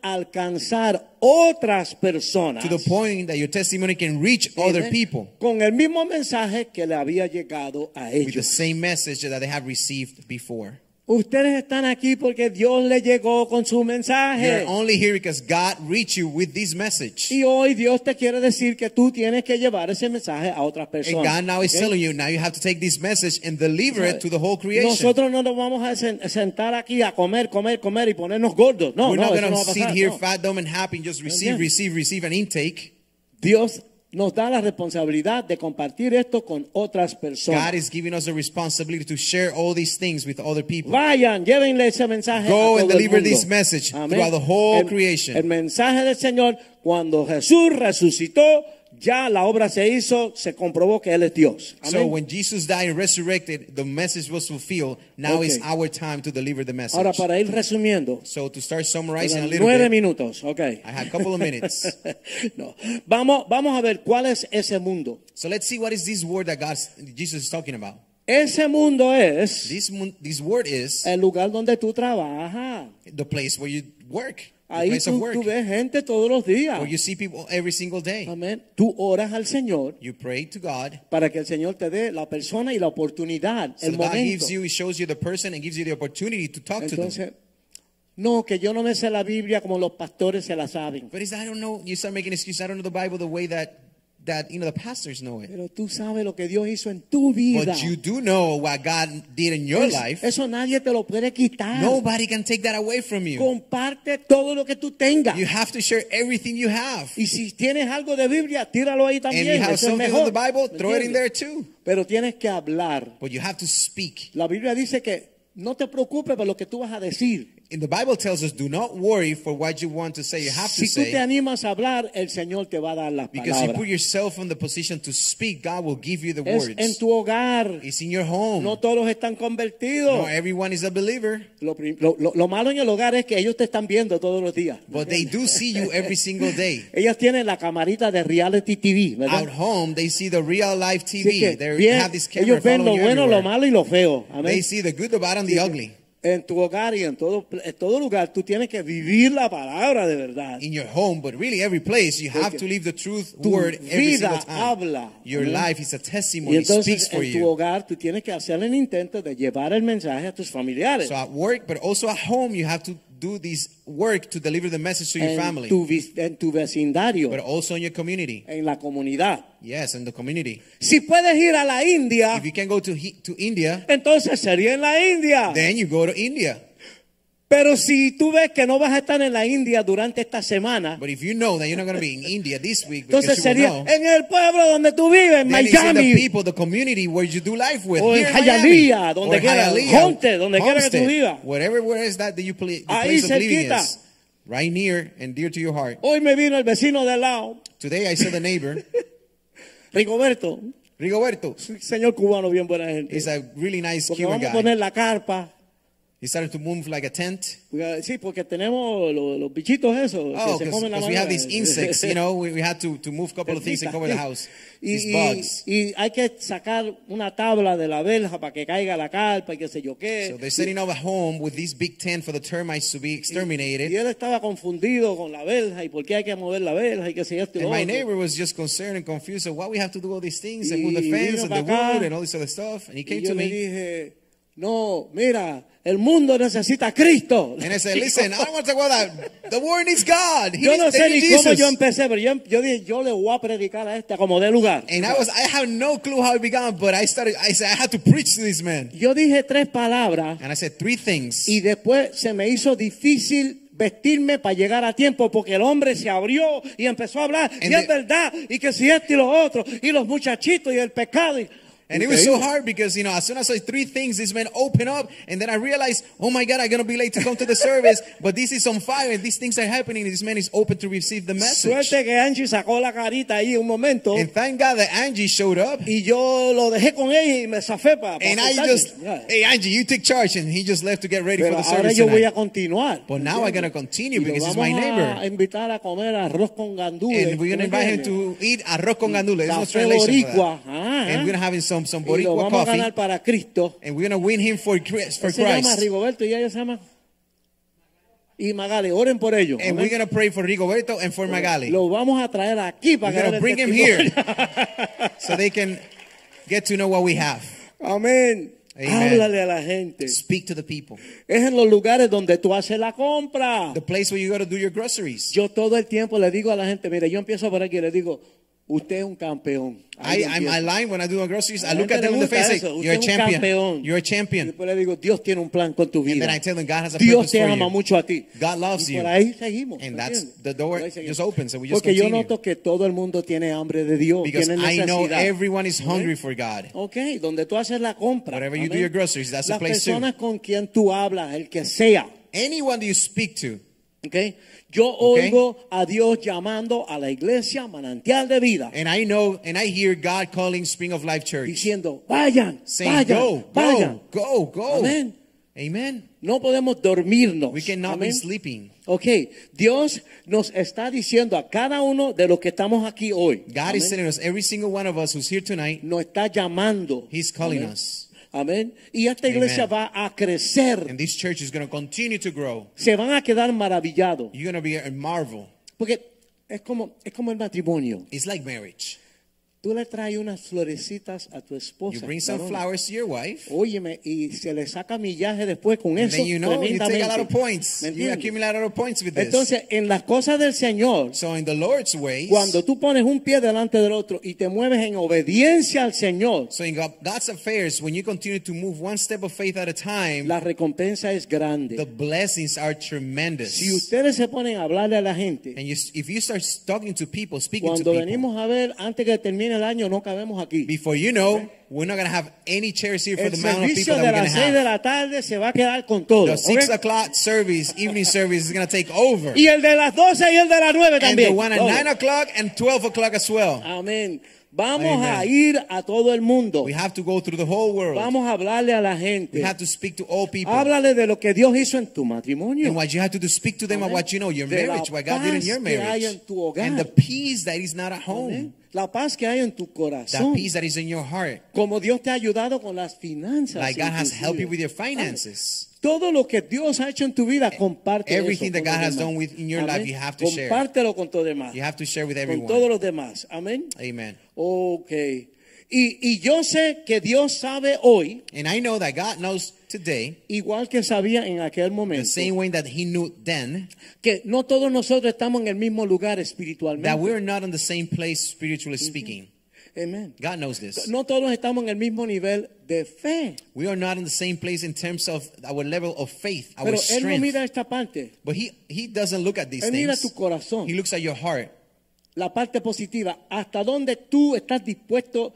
alcanzar otras personas.
to the point that your testimony can reach other
Amen.
people
Con el mismo mensaje que le había llegado a
with the
ellos.
same message that they have received before.
Ustedes están aquí porque Dios le llegó con su mensaje.
You're only here because God reached you with this message.
Y hoy Dios te quiere decir que tú tienes que llevar ese mensaje a otras
And
personas.
God now is
¿ok?
telling you, now you have to take this message and deliver it to the whole creation.
Nosotros no nos vamos a sen- sentar aquí a comer, comer, comer y ponernos gordos. No,
We're
no,
not
eso
going
no
to
va a
sit
pasar.
here
no.
fat, dumb, and happy and just receive,
Entiendo.
receive, receive an intake.
Dios nos da la responsabilidad de compartir esto con otras personas.
God is giving us the responsibility to share all these things with other people.
Vayan, llévenle ese mensaje.
Go
a todo
and
el
deliver
mundo.
this message
Amén.
throughout the whole
El-
creation.
El mensaje del Señor cuando Jesús resucitó ya la obra se hizo, se comprobó que Él es Dios. Amén.
So when Jesus died and resurrected, the message was fulfilled. Now
Okay.
is our time to deliver the message.
Ahora, para ir resumiendo,
so to start summarizing a
quedan
little
nueve
bit,
minutos, ok.
I have a couple of minutes.
No. Vamos, vamos a ver cuál es ese mundo.
so let's see what is this word that God, Jesus is talking about.
Ese mundo es
This, mon- this word is
el lugar donde tú trabajas.
the place where you work, the
Ahí
place of
tú,
work,
tú ves gente todos los días.
where you see people every single day.
Amén. Tú oras al Señor
you pray to God.
para que el Señor te dé la persona y la oportunidad,
So
el
God
momento.
gives you, He shows you the person and gives you the opportunity to talk to them.
Entonces, no, que yo no me sé la Biblia como los pastores se la saben.
But it's, I don't know, you start making excuses. I don't know the Bible the way that, that you know, the pastors know it.
Pero tú sabes lo que Dios hizo en tu vida.
But you do know what God did in your
Es-
life.
Eso nadie te lo puede quitar.
Nobody can take that away from you.
Comparte todo lo que tú tengas.
You have to share everything you have.
y si tienes algo de Biblia, tíralo ahí
And
también.
you have
Eso es
something in
mejor.
the Bible,
¿Me
throw it in
entiendes?
there too.
Pero tienes que hablar.
But you have to speak.
La Biblia dice que no te preocupes por lo que tú vas a decir.
And the Bible tells us, do not worry for what you want to say. You have to
Si tú te
say.
animas a hablar, el Señor te va a dar las
Because you put
palabras.
yourself in the position to speak, God will give you the
Es en
words.
tu hogar.
It's in your home. eh.
No
Not
todos están convertidos.
everyone is a believer.
Lo, prim- lo- lo- lo malo en el hogar es que ellos te están viendo todos los días.
But they do see you every single day.
Ellas tienen la camarita de reality TV, ¿verdad?
Out home, they see the real life
Así que
TV. They
bien,
have this camera
ellos ven lo
following you
bueno, lo
everywhere.
malo ¿eh? y lo feo. Amén.
They see the good, the bad, and the ugly.
En tu hogar y en todo, en todo lugar, tú tienes que vivir la palabra de verdad.
in your home, but really every place, you have
Porque
to leave the truth
tu
word every single
vida
time.
habla.
Your
Amén.
life is a
Y
testimony, it speaks
entonces
for
en tu
you.
hogar tú tienes que hacer el intento de llevar el mensaje a tus familiares.
So at work, but also at home, you have to do this work to deliver the message to your
en,
family,
tu, vi- en tu vecindario,
but also in your community.
en la comunidad.
Yes, in the community.
Si puedes ir a la India,
If you can go to he- to India,
entonces sería en la India.
then you go to India.
Pero si tú ves que no vas a estar en la India durante esta semana,
But if you know that you're not going to be in India this week, because
entonces
you will
sería
know,
en el pueblo donde tú vives, en
then it's in the
Miami,
people, the community where you do life with.
O en
here Miami,
Hialeah, donde
or
quiera,
Hialeah,
Homestead, donde quiera que tú
Homestead,
vivas.
Whatever, where is that that you play, the
Ahí
place of living
cerquita.
is. Right near and dear to your heart.
hoy me vino el vecino de al lado,
Today I saw the neighbor,
Rigoberto,
Rigoberto.
un señor cubano bien buena gente.
He's a really nice
Porque
Cuban
vamos a
guy.
poner la carpa.
He started to move like a tent.
Porque- Sí, porque tenemos los, los bichitos esos
Oh,
que se comen la
because we have
mañana.
these insects, you know, we, we had to, to move a couple of things and cover the house.
Y,
These
y-
bugs.
y hay que sacar una tabla de la verja para que caiga la carpa y qué sé yo qué.
So they're setting up a home with this big tent for the termites to be
Y
exterminated.
él estaba confundido con la verja y por qué hay que mover la verja y qué sé yo. esto y
And
lo
my
otro.
neighbor was just concerned and confused of why we have to do all these things and
Y-
move the
y
fence
vino
and the
pa' acá.
wood and all this other stuff. And he
y
came
yo
to
le
me
dije, no, mira, el mundo necesita a Cristo.
and I said, listen, I don't want to talk about that. The word is God. He
yo no
needs-
sé
they
ni
need
cómo
Jesus.
yo empecé, pero yo, yo dije, yo le voy a predicar a esta como de lugar.
And I was, I have no clue how it began, but I started, I said, I had to preach to this man.
Yo dije tres palabras
And I said three things.
y después se me hizo difícil vestirme para llegar a tiempo porque el hombre se abrió y empezó a hablar y
And
es
the-
verdad y que si esto y lo otro y los muchachitos y el pecado y,
And it was so
Increíble.
hard because, you know, as soon as I saw three things, this man opened up. And then I realized, oh my God, I'm going to be late to come to the service. But this is on fire and these things are happening. And this man is open to receive the message.
suerte que Angie sacó la carita ahí un momento
And thank God that Angie showed up.
y yo lo dejé con ella y me zafé para
And I just, hey, Angie, you take charge. And he just left to get ready for
pero
the
ahora
service.
yo voy
Tonight.
a continuar
But now I'm going to
¿entiendes?
continue
Y lo
because he's
vamos
my
a
neighbor.
invitar a comer arroz con gandules
And we're going to
¿tú me
invite him
entiendes?
to eat arroz con gandules. It's no
Café
translation. For
boricua,
that.
ajá.
And we're going to have him some, some
y lo
Boricua
vamos a ganar
coffee.
para Cristo
And we're going to win him for, Chris- for
Él se llama
Christ.
Rigoberto y ella se llama y Magali oren por ellos
And
amén.
we're going to pray for Rigoberto and for Magali.
lo vamos a traer aquí para
We're
que
gonna
den
bring him
testimonio.
so they can get to know what we have.
amén
Amen.
háblale a la gente es
Speak to the people.
en los lugares donde tú haces la compra
The place where you go to do your groceries.
yo todo el tiempo le digo a la gente mire yo empiezo por aquí y le digo usted es un campeón Ahí
I,
yo
I'm
empiezo.
I line when I do my groceries.
A
I
la
look
gente
at them
le
in the
gusta
face and
eso.
say, You're
Usted
a
es un
champion.
campeón.
You're a
Y
champion.
después le digo, Dios tiene un plan con tu
And then
vida.
I tell them God has a
Dios
purpose
te
for
ama
you.
mucho a ti.
God loves
y
you.
por ahí seguimos.
And
¿me
that's-
entiendes?
the door
Por ahí seguimos.
just opens and we just
Porque yo
continue.
noto que todo el mundo tiene hambre de Dios.
Because
tiene
I
necesidad.
know everyone is hungry for God.
Ok, donde tú haces la compra.
Wherever you
amén.
do your groceries, that's the
Las
place too.
personas con quien tú hablas, el que sea.
Anyone that you speak to,
¿ok? Yo
Ok.
oigo a Dios llamando a la iglesia manantial de vida,
And I know and I hear God calling Spring of Life Church
diciendo, vayan,
saying,
vayan,
Go,
vayan.
go, go, go.
Amén.
Amen.
No podemos dormirnos.
We cannot
Amén.
be sleeping.
Ok, Dios nos está diciendo a cada uno de los que estamos aquí hoy.
God
Amén.
is sending us, every single one of us who's here tonight,
Nos está llamando.
He's calling
Amén.
us.
Amén. Y esta iglesia
Amen.
va a crecer.
And this church is going to continue to grow.
Se van a quedar maravillados.
You're going to be a marvel.
Porque es como, es como el matrimonio.
It's like marriage.
Tú le traes unas florecitas a tu esposa.
You bring some
varón.
flowers to your wife.
Óyeme, y se le saca millaje después con
And
eso.
then you know you take a lot of
tremendamente.
points.
¿Me
You
entiendes?
accumulate a lot of points with this.
Entonces, en las cosas del Señor,
so in the Lord's ways,
cuando tú pones un pie delante del otro y te mueves en obediencia al Señor,
so in God- God's affairs, when you continue to move one step of faith at a time,
la recompensa es grande.
the blessings are tremendous.
si ustedes se ponen a hablarle a la gente,
and you, if you start talking to people, speaking to
cuando
people,
venimos a ver, antes que termine el año, no cabemos aquí.
before you know, we're not going to have any chairs here for
El
the amount of people
servicio
that
de
we're going
las
to
6 de
have.
la tarde se va a quedar con todo.
The six
¿ok?
o'clock service, evening service, is going to take over.
Y el de las 12 y el de las 9
and the
también.
one at
Doble.
nine o'clock and twelve o'clock as well.
Ah. Amén. Vamos
Amen.
a ir a todo el mundo.
We have to go through the whole world.
Vamos a hablarle a la
We
gente.
have to speak to all people.
Háblale de lo que Dios hizo en tu matrimonio.
And what you have to do, speak to them
Amen.
about what you know, your
De la
marriage, what God did in your
paz que hay
marriage,
en tu hogar.
and the peace that is not at home,
Amén. La paz que hay en tu
that
corazón.
peace that is in your heart.
Como Dios te ha ayudado con las finanzas.
Like God has
inclusive.
helped you with your finances.
Todo lo que Dios ha hecho en tu vida, comparte
Everything
eso
that
con
God
los
has
demás.
done with- in your
Amén.
life, you have to share.
Compártelo con todo demás.
You have to share with
con
everyone.
todos los demás. Amén.
Amen.
Ok. Y, y yo sé que Dios sabe hoy,
And I know that God knows today,
igual que sabía en aquel
the
momento,
same way that He knew then,
que no todos nosotros estamos en el mismo lugar
that
espiritualmente.
we're not on the same place spiritually speaking.
Amén.
God knows this.
No todos estamos en el mismo nivel de fe.
We are not in the same place in terms of our level of faith, our
Pero Él no
strength.
mira esta parte.
but he, he doesn't look at these
Él mira
things.
tu corazón.
He looks at your heart.
la parte positiva, hasta dónde tú estás dispuesto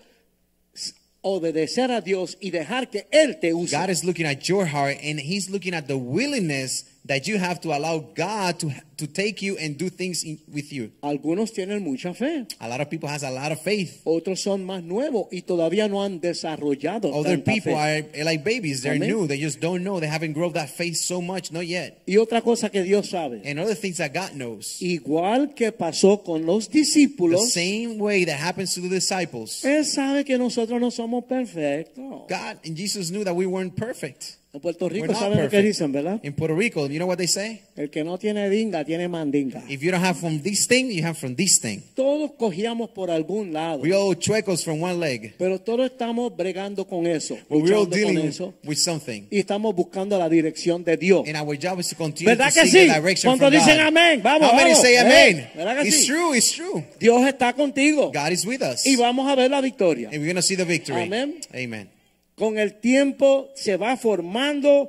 a obedecer a Dios y dejar que Él te use.
God is looking at your heart and he's looking at the willingness that you have to allow God to, to take you and do things in- with you.
Algunos tienen mucha fe,
A lot of people has a lot of faith.
otros son más nuevos y todavía no han desarrollado
Other
tanta
people
fe.
are like babies. They're
Amén.
new. They just don't know. They haven't grown that faith so much. Not yet.
Y otra cosa que Dios sabe,
And other things that God knows.
igual que pasó con los
The
discípulos,
same way that happens to the disciples.
Él sabe que nosotros no somos perfectos.
God and Jesus knew that we weren't perfect.
En Puerto
We're
Rico
not
saben lo que
perfect.
dicen, ¿verdad?
In Puerto Rico, you know what they say?
El que no tiene dinga tiene mandinga.
If you don't have from this thing, you have from this thing.
Todos cogíamos por algún lado.
We all chuecos from one leg.
Pero todos estamos bregando con eso,
But we're all
luchando con
dealing
eso,
with something.
y estamos buscando la dirección de Dios.
And our job is to continue
¿Verdad
to
que
seek
sí?
the direction
¿Cuántos
from God.
dicen amén? Vamos,
How many
vamos.
say
Eh,
amen?
¿verdad que
it's
sí?
true, it's true.
Dios está contigo
God is with us.
y vamos a ver la victoria.
And we're going to see the victory.
Amén.
Amen.
Con el tiempo se va formando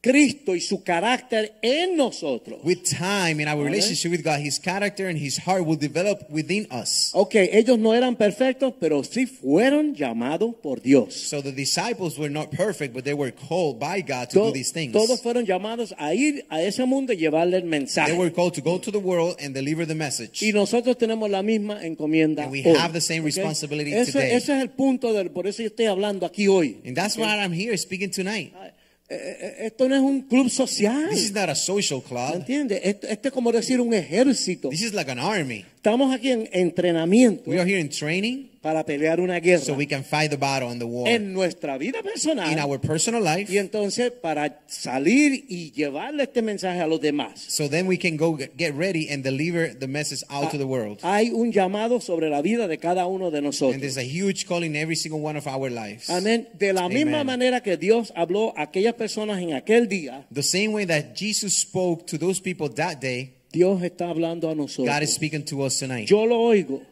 Cristo y su carácter en nosotros.
With time in our relationship with God, His character and His heart will develop within us.
Ok, ellos no eran perfectos, pero sí fueron llamados por Dios.
So the disciples were not perfect, but they were called by God to
To-
do these things.
todos fueron llamados a ir a ese mundo y llevarle el
They were
mensaje.
called to go to the world and deliver the message.
Y nosotros tenemos la misma encomienda.
And we
hoy,
have the same
¿ok?
responsibility
Ese-
today.
Ese es el punto del, por eso yo estoy hablando aquí hoy.
And that's why I'm here speaking tonight.
Eh, eh, Esto no es un club social.
This is not a social
¿Me
club.
entiendes? Esto, esto es como decir un ejército.
This is like an army.
Estamos aquí en entrenamiento
We are here in training
para pelear una guerra
so we can fight the battle on the war.
en nuestra vida
in
personal.
our personal life
Y entonces para salir y llevarle este mensaje a los demás.
so then we can go get get ready and deliver the message
Ah,
out to the world
Hay un llamado sobre la vida de cada uno de
and there's
nosotros.
a huge call in every single one of our lives
Amén. De la misma
Amen.
manera que Dios habló a aquellas personas en aquel día,
the same way that jesus spoke to those people that day
Dios está hablando a nosotros.
god is speaking to us tonight
Yo lo oigo.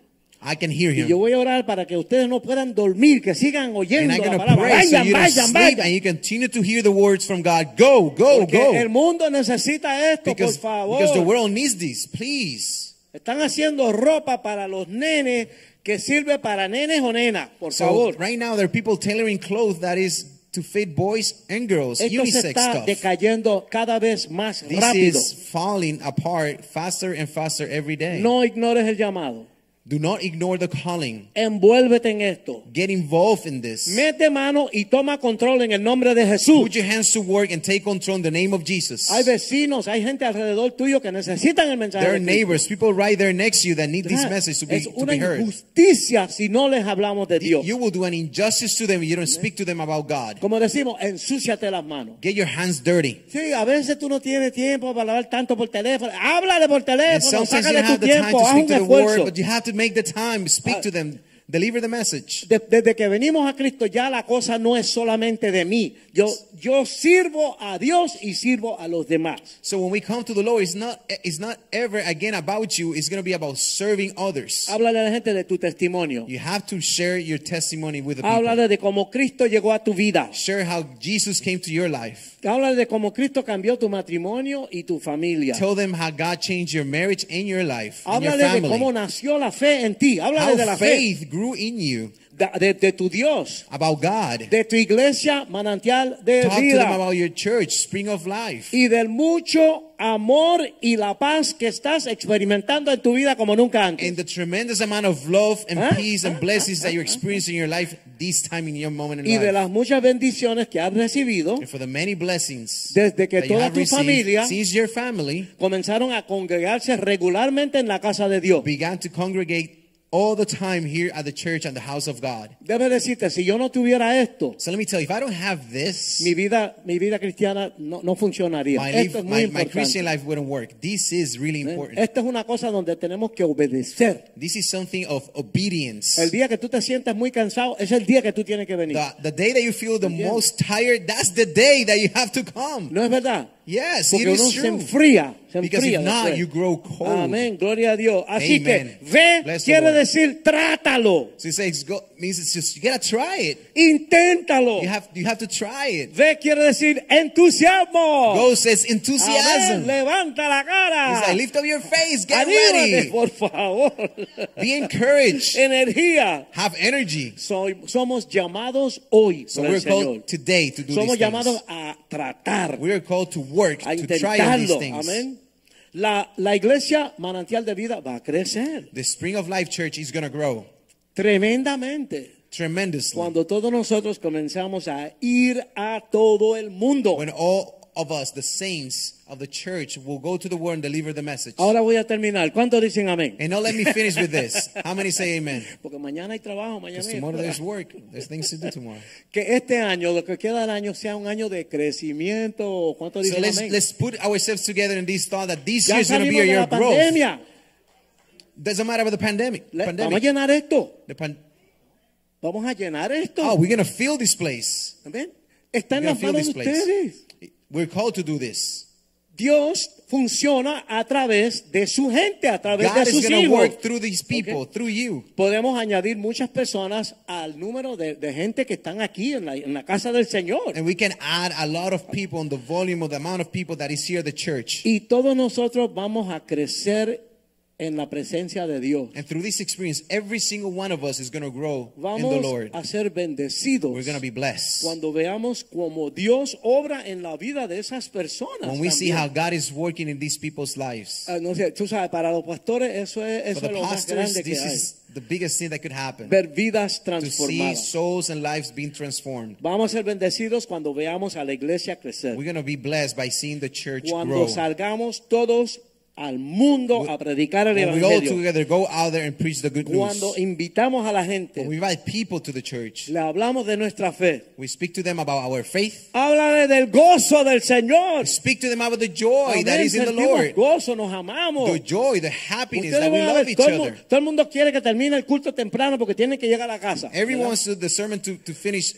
i can hear
Y yo
him
voy a orar para que ustedes no puedan dormir, que sigan
and
oyendo
i'm
la
going to
palabra.
pray so
Vayan,
you don't
vayan,
sleep and
vayan.
you continue to hear the words from god go go
Porque el
go
mundo necesita esto,
because,
por favor.
because the world needs this please
Están haciendo ropa para los nenes que sirve para nenes o nenas, por
so
favor.
right now there are people tailoring clothes that is to fit boys and girls,
Esto se
unisex
está
stuff.
decayendo cada vez más
This
rápido.
is falling apart faster and faster every day.
No ignores el llamado.
Do not ignore the calling.
Envuélvete en esto.
Get involved in this.
Mete mano y toma control en el nombre de Jesús.
Put your hands to work and take control in the name of Jesus.
Hay vecinos, hay gente alrededor tuyo que necesitan el mensaje.
There are
de Cristo.
neighbors, people right there next to you that need this
Claro,
message to be,
es
to
una
be heard.
injusticia si no les hablamos de Dios.
You will do an injustice to them if you don't speak to them about God.
Como decimos, ensúciate las manos.
Get your hands dirty.
Sí, a veces tú no tienes tiempo para hablar tanto por teléfono. Háblale por
And
teléfono,
sometimes you
sácale
don't
tu
have the time
tiempo,
to
haz
speak
un
to the word,
esfuerzo. Ah.
but you have to make the time. Speak to them. Deliver the message.
De- desde que venimos a Cristo ya la cosa no es solamente de mí. Yo, yo sirvo a Dios y sirvo a los demás.
So when we come to the Lord, it's not it's not ever again about you. It's going to be about serving others.
Háblale a la gente de tu testimonio.
You have to share your testimony with the people.
Háblale de cómo Cristo llegó a tu vida.
Share how Jesus came to your life.
Háblale de cómo Cristo cambió tu matrimonio y tu familia.
Tell them how God changed your marriage and your life and your
Háblale de cómo
family.
nació la fe en ti. Háblale de
How
la fe
faith grew in you
de, de- de tu Dios,
about God.
de tu iglesia manantial de
Talk to them
vida
about your church, Spring of Life,
y del mucho amor y la paz que estás experimentando en tu vida como nunca antes.
and the tremendous amount of love and
Huh?
peace and blessings that you're experiencing in your life this time in your moment
y
in
de
life.
las muchas bendiciones que has recibido
And for the many blessings
Desde que
that you
toda
have
tu
received
familia-
since your family
comenzaron a congregarse regularmente en la casa de Dios.
began to congregate all the time here at the church and the house of God.
Debe decirte, si yo no tuviera esto,
So let me tell you, if I don't have this,
mi vida, mi vida cristiana no, no funcionaría.
my,
esto
life-
es muy
my, my
importante. Eh,
Christian life wouldn't work. This is really important.
Esta es una cosa donde tenemos que obedecer.
This is something of obedience.
El día que tú te sientas muy cansado es el día que tú tienes que venir.
The, the day that you feel the
Entiendo.
most tired, that's the day that you have to come.
¿No es verdad?
Yes,
Porque
it is
uno se
true.
enfría, se
Because
enfría
if not,
después.
you grow cold.
Amén, gloria a Dios. Así
Amen.
que ve
Bless the
quiere
Lord.
decir trátalo,
So it says, go, means it's just, you gotta try it.
inténtalo.
You have, you have to try it.
Ve quiere decir entusiasmo.
Go says
Amén,
enthusiasm. It's
levanta la cara.
like, lift up your face, get
Anímate,
ready,
por favor.
be encouraged,
Eh. Energía.
have energy.
Soy- somos llamados hoy
So
por el
we're
Señor.
called today to do
Somos
these things.
llamados a tratar,
We are called to work,
a
to try on these
intentarlo.
things.
Amén. La, la iglesia manantial de vida va a crecer
The Spring of Life Church is gonna grow
tremendamente
tremendously.
cuando todos nosotros comenzamos a ir a todo el mundo.
when all of us, the saints of the church, will go to the world and deliver the message.
Ahora voy a terminar. ¿Cuántos dicen amén?
And now let me finish with this. How many say amen?
Porque mañana hay trabajo, mañana
Because
hay
tomorrow
escuela.
there's work. There's things to do tomorrow.
Que este año, lo que queda del año, sea un año de crecimiento. ¿Cuántos
So
dicen
let's
amén?
let's put ourselves together in this thought that this year
ya
is going to
salimos
be a
de
year
la
of growth.
pandemia.
Doesn't matter about the pandemic.
Le- vamos a
pandemic.
llenar esto.
The pan-
Vamos a llenar esto.
oh, we're going to fill this place.
Amén. Está en
We're
las
gonna
manos de
fill this place.
ustedes.
We're called to do this.
Dios funciona a través de su gente, a través
God
de
is
sus
going to
hijos.
work through these people,
Ok.
through you.
Podemos añadir muchas personas al número de, de gente que están aquí en la, en la casa del Señor.
And we can add a lot of people on the volume of the amount of people that is here at the church.
Y todos nosotros vamos a crecer en la presencia de Dios.
And through this experience, every single one of us is going to grow in the
Vamos
Lord.
a ser
We're
bendecidos
going to be blessed.
cuando veamos cómo Dios obra en la vida de esas personas.
When we see
también.
how God is working in these people's lives.
Ah, no sé, tú sabes, para los pastores eso es,
For
eso
the
es lo más
pastors,
grande que
this
hay.
is the biggest thing that could happen.
Ver
To
vidas
see
transformadas.
souls and lives being transformed.
Vamos a ser bendecidos cuando veamos a la iglesia crecer.
We're going to be blessed by seeing the church
Cuando
grow.
salgamos todos al mundo
We-
a predicar el
When we all
evangelio.
together go out there and preach the good news.
Cuando invitamos a la
When we
gente,
invite people to the church,
le hablamos de nuestra fe.
we speak to them about our faith.
Háblale del gozo del Señor.
We speak to them about the joy that
Amén,
is in the
sentimos
Lord.
gozo, nos amamos.
The joy, the happiness
Ustedes
that we
van a
love
ver,
each
todo, el mu-
other.
todo el mundo quiere que termine el culto temprano porque tienen que llegar a la casa.
Everyone
¿verdad?
wants the sermon to, to finish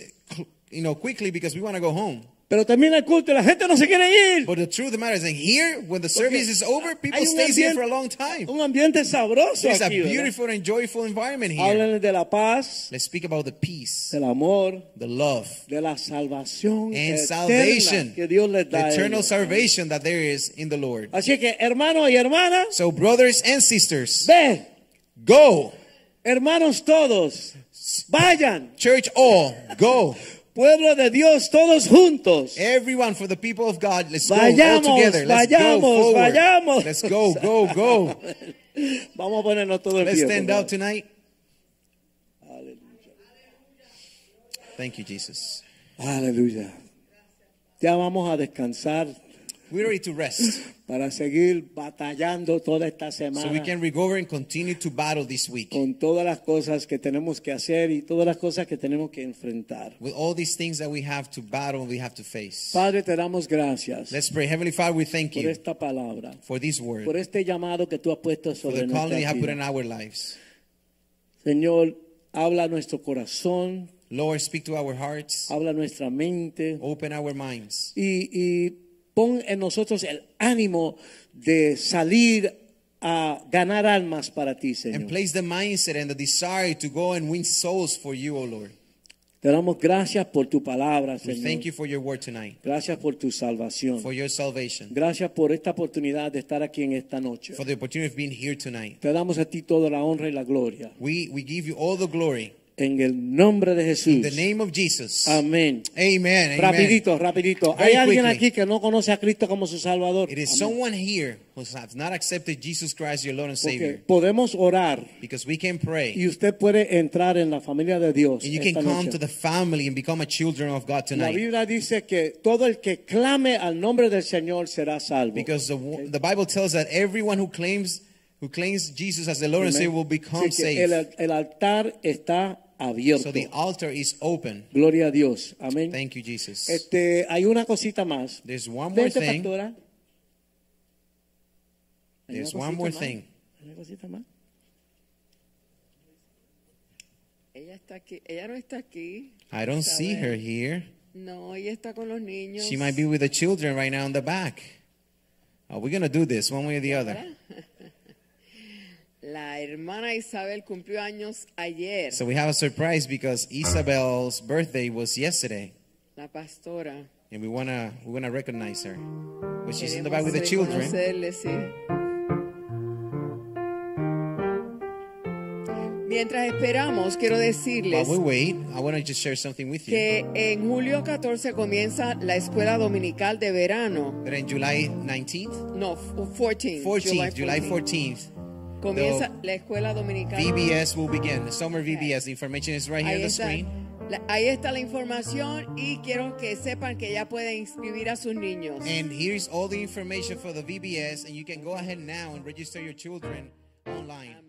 you know, quickly because we want to go home.
Pero termina el culto y la gente no se quiere ir.
But the truth of the matter is, and here, when the
Porque
service is over, people
hay un
stay here
ambiente-
for a long time.
Un ambiente sabroso
It's a
aquí, ¿verdad?
beautiful and joyful environment here.
Háblenles de la paz,
Let's speak about the peace,
del amor,
the love,
de la salvación
and
eterna
salvation,
que Dios les da.
the
a
eternal
ellos.
salvation that there is in the Lord.
Así que hermanos y hermanas,
So, brothers and sisters,
ve,
go,
hermanos todos, vayan,
church all, go
Pueblo de Dios, todos
Eh.
juntos.
Everyone for the people of God, let's go all
Vayamos,
together. Let's
vayamos,
go forward.
vayamos.
Let's go, go, go.
Vamos a ponernos todos en
Let's
pie,
stand
por
out
favor.
tonight. Thank you, Jesus.
Aleluya. Ya vamos a descansar
We're ready to rest
para seguir batallando toda esta semana
so we can recover and continue to battle this week
con todas las cosas que tenemos que hacer y todas las cosas que tenemos que enfrentar.
with all these things that we have to battle and we have to face.
Padre, te damos gracias
Let's pray. Heavenly Father, we thank
por
you
esta palabra,
for this
por
word,
este llamado que tú has puesto
for
sobre
the calling you
nuestra
have put in
vida.
our lives.
Señor, habla a nuestro corazón,
Lord, speak to our hearts,
habla a nuestra mente
open our minds.
y, y pon en nosotros el ánimo de salir a ganar almas para ti,
and
Señor.
place the mindset and the desire to go and win souls for you, O Lord.
Te damos gracias por tu palabra,
We thank you
Señor.
for your word tonight,
Gracias por tu salvación.
for your salvation,
Gracias por esta oportunidad de estar aquí en esta noche.
for the opportunity of being here tonight.
Te damos a ti toda la honra y la gloria.
We we give you all the glory
En el nombre de
in
Jesús.
the name of Jesus.
Amén.
Amen. Amen.
Rapidito, rapidito.
Very
Hay alguien
quickly.
aquí que no conoce a Cristo como su Salvador.
It is
Amén.
someone here who has not accepted Jesus Christ, your Lord and
Porque
Savior,
podemos orar
because we can pray
y usted puede entrar en la familia de Dios.
and you
esta
can come
noche.
to the family and become a children of God
la
tonight.
Biblia dice que todo el que clame al nombre del Señor será salvo.
Because the the Bible tells that everyone who claims who claims Jesus as the Lord and
Amén.
Savior will become
Así que El,
saved.
el altar está abierto.
So the altar is open.
Gloria a Dios. Amén.
Thank you, Jesus.
Este, hay una cosita más.
There's one more
Vente,
thing.
pastora. Hay
There's
una
one
cosita
more
más.
thing.
Hay una cosita más.
Ella está aquí. Ella no está aquí.
I don't
Está
see
bien.
her here.
No, ella está con los niños.
She might be with the children right now in the back. Are we going to do this one way or the other?
La hermana Isabel cumplió años ayer.
So we have a surprise because Isabel's birthday was yesterday,
la pastora.
and we want to we want to recognize her. But she's in the
Queremos
back with the children.
reconocerle, sí. Mientras esperamos, quiero decirles
While we wait, I want to just share something with you.
que en julio 14 comienza la escuela dominical de verano.
That in July 19th,
No, fu- 14.
14th, July 14th,
Comienza la escuela dominical.
VBS will begin. The summer VBS. The information is right here
Ahí
on the
está,
screen.
la, ahí está la información y quiero que sepan que ya pueden inscribir a sus niños.
And here's all the information for the VBS, and you can go ahead now and register your children online.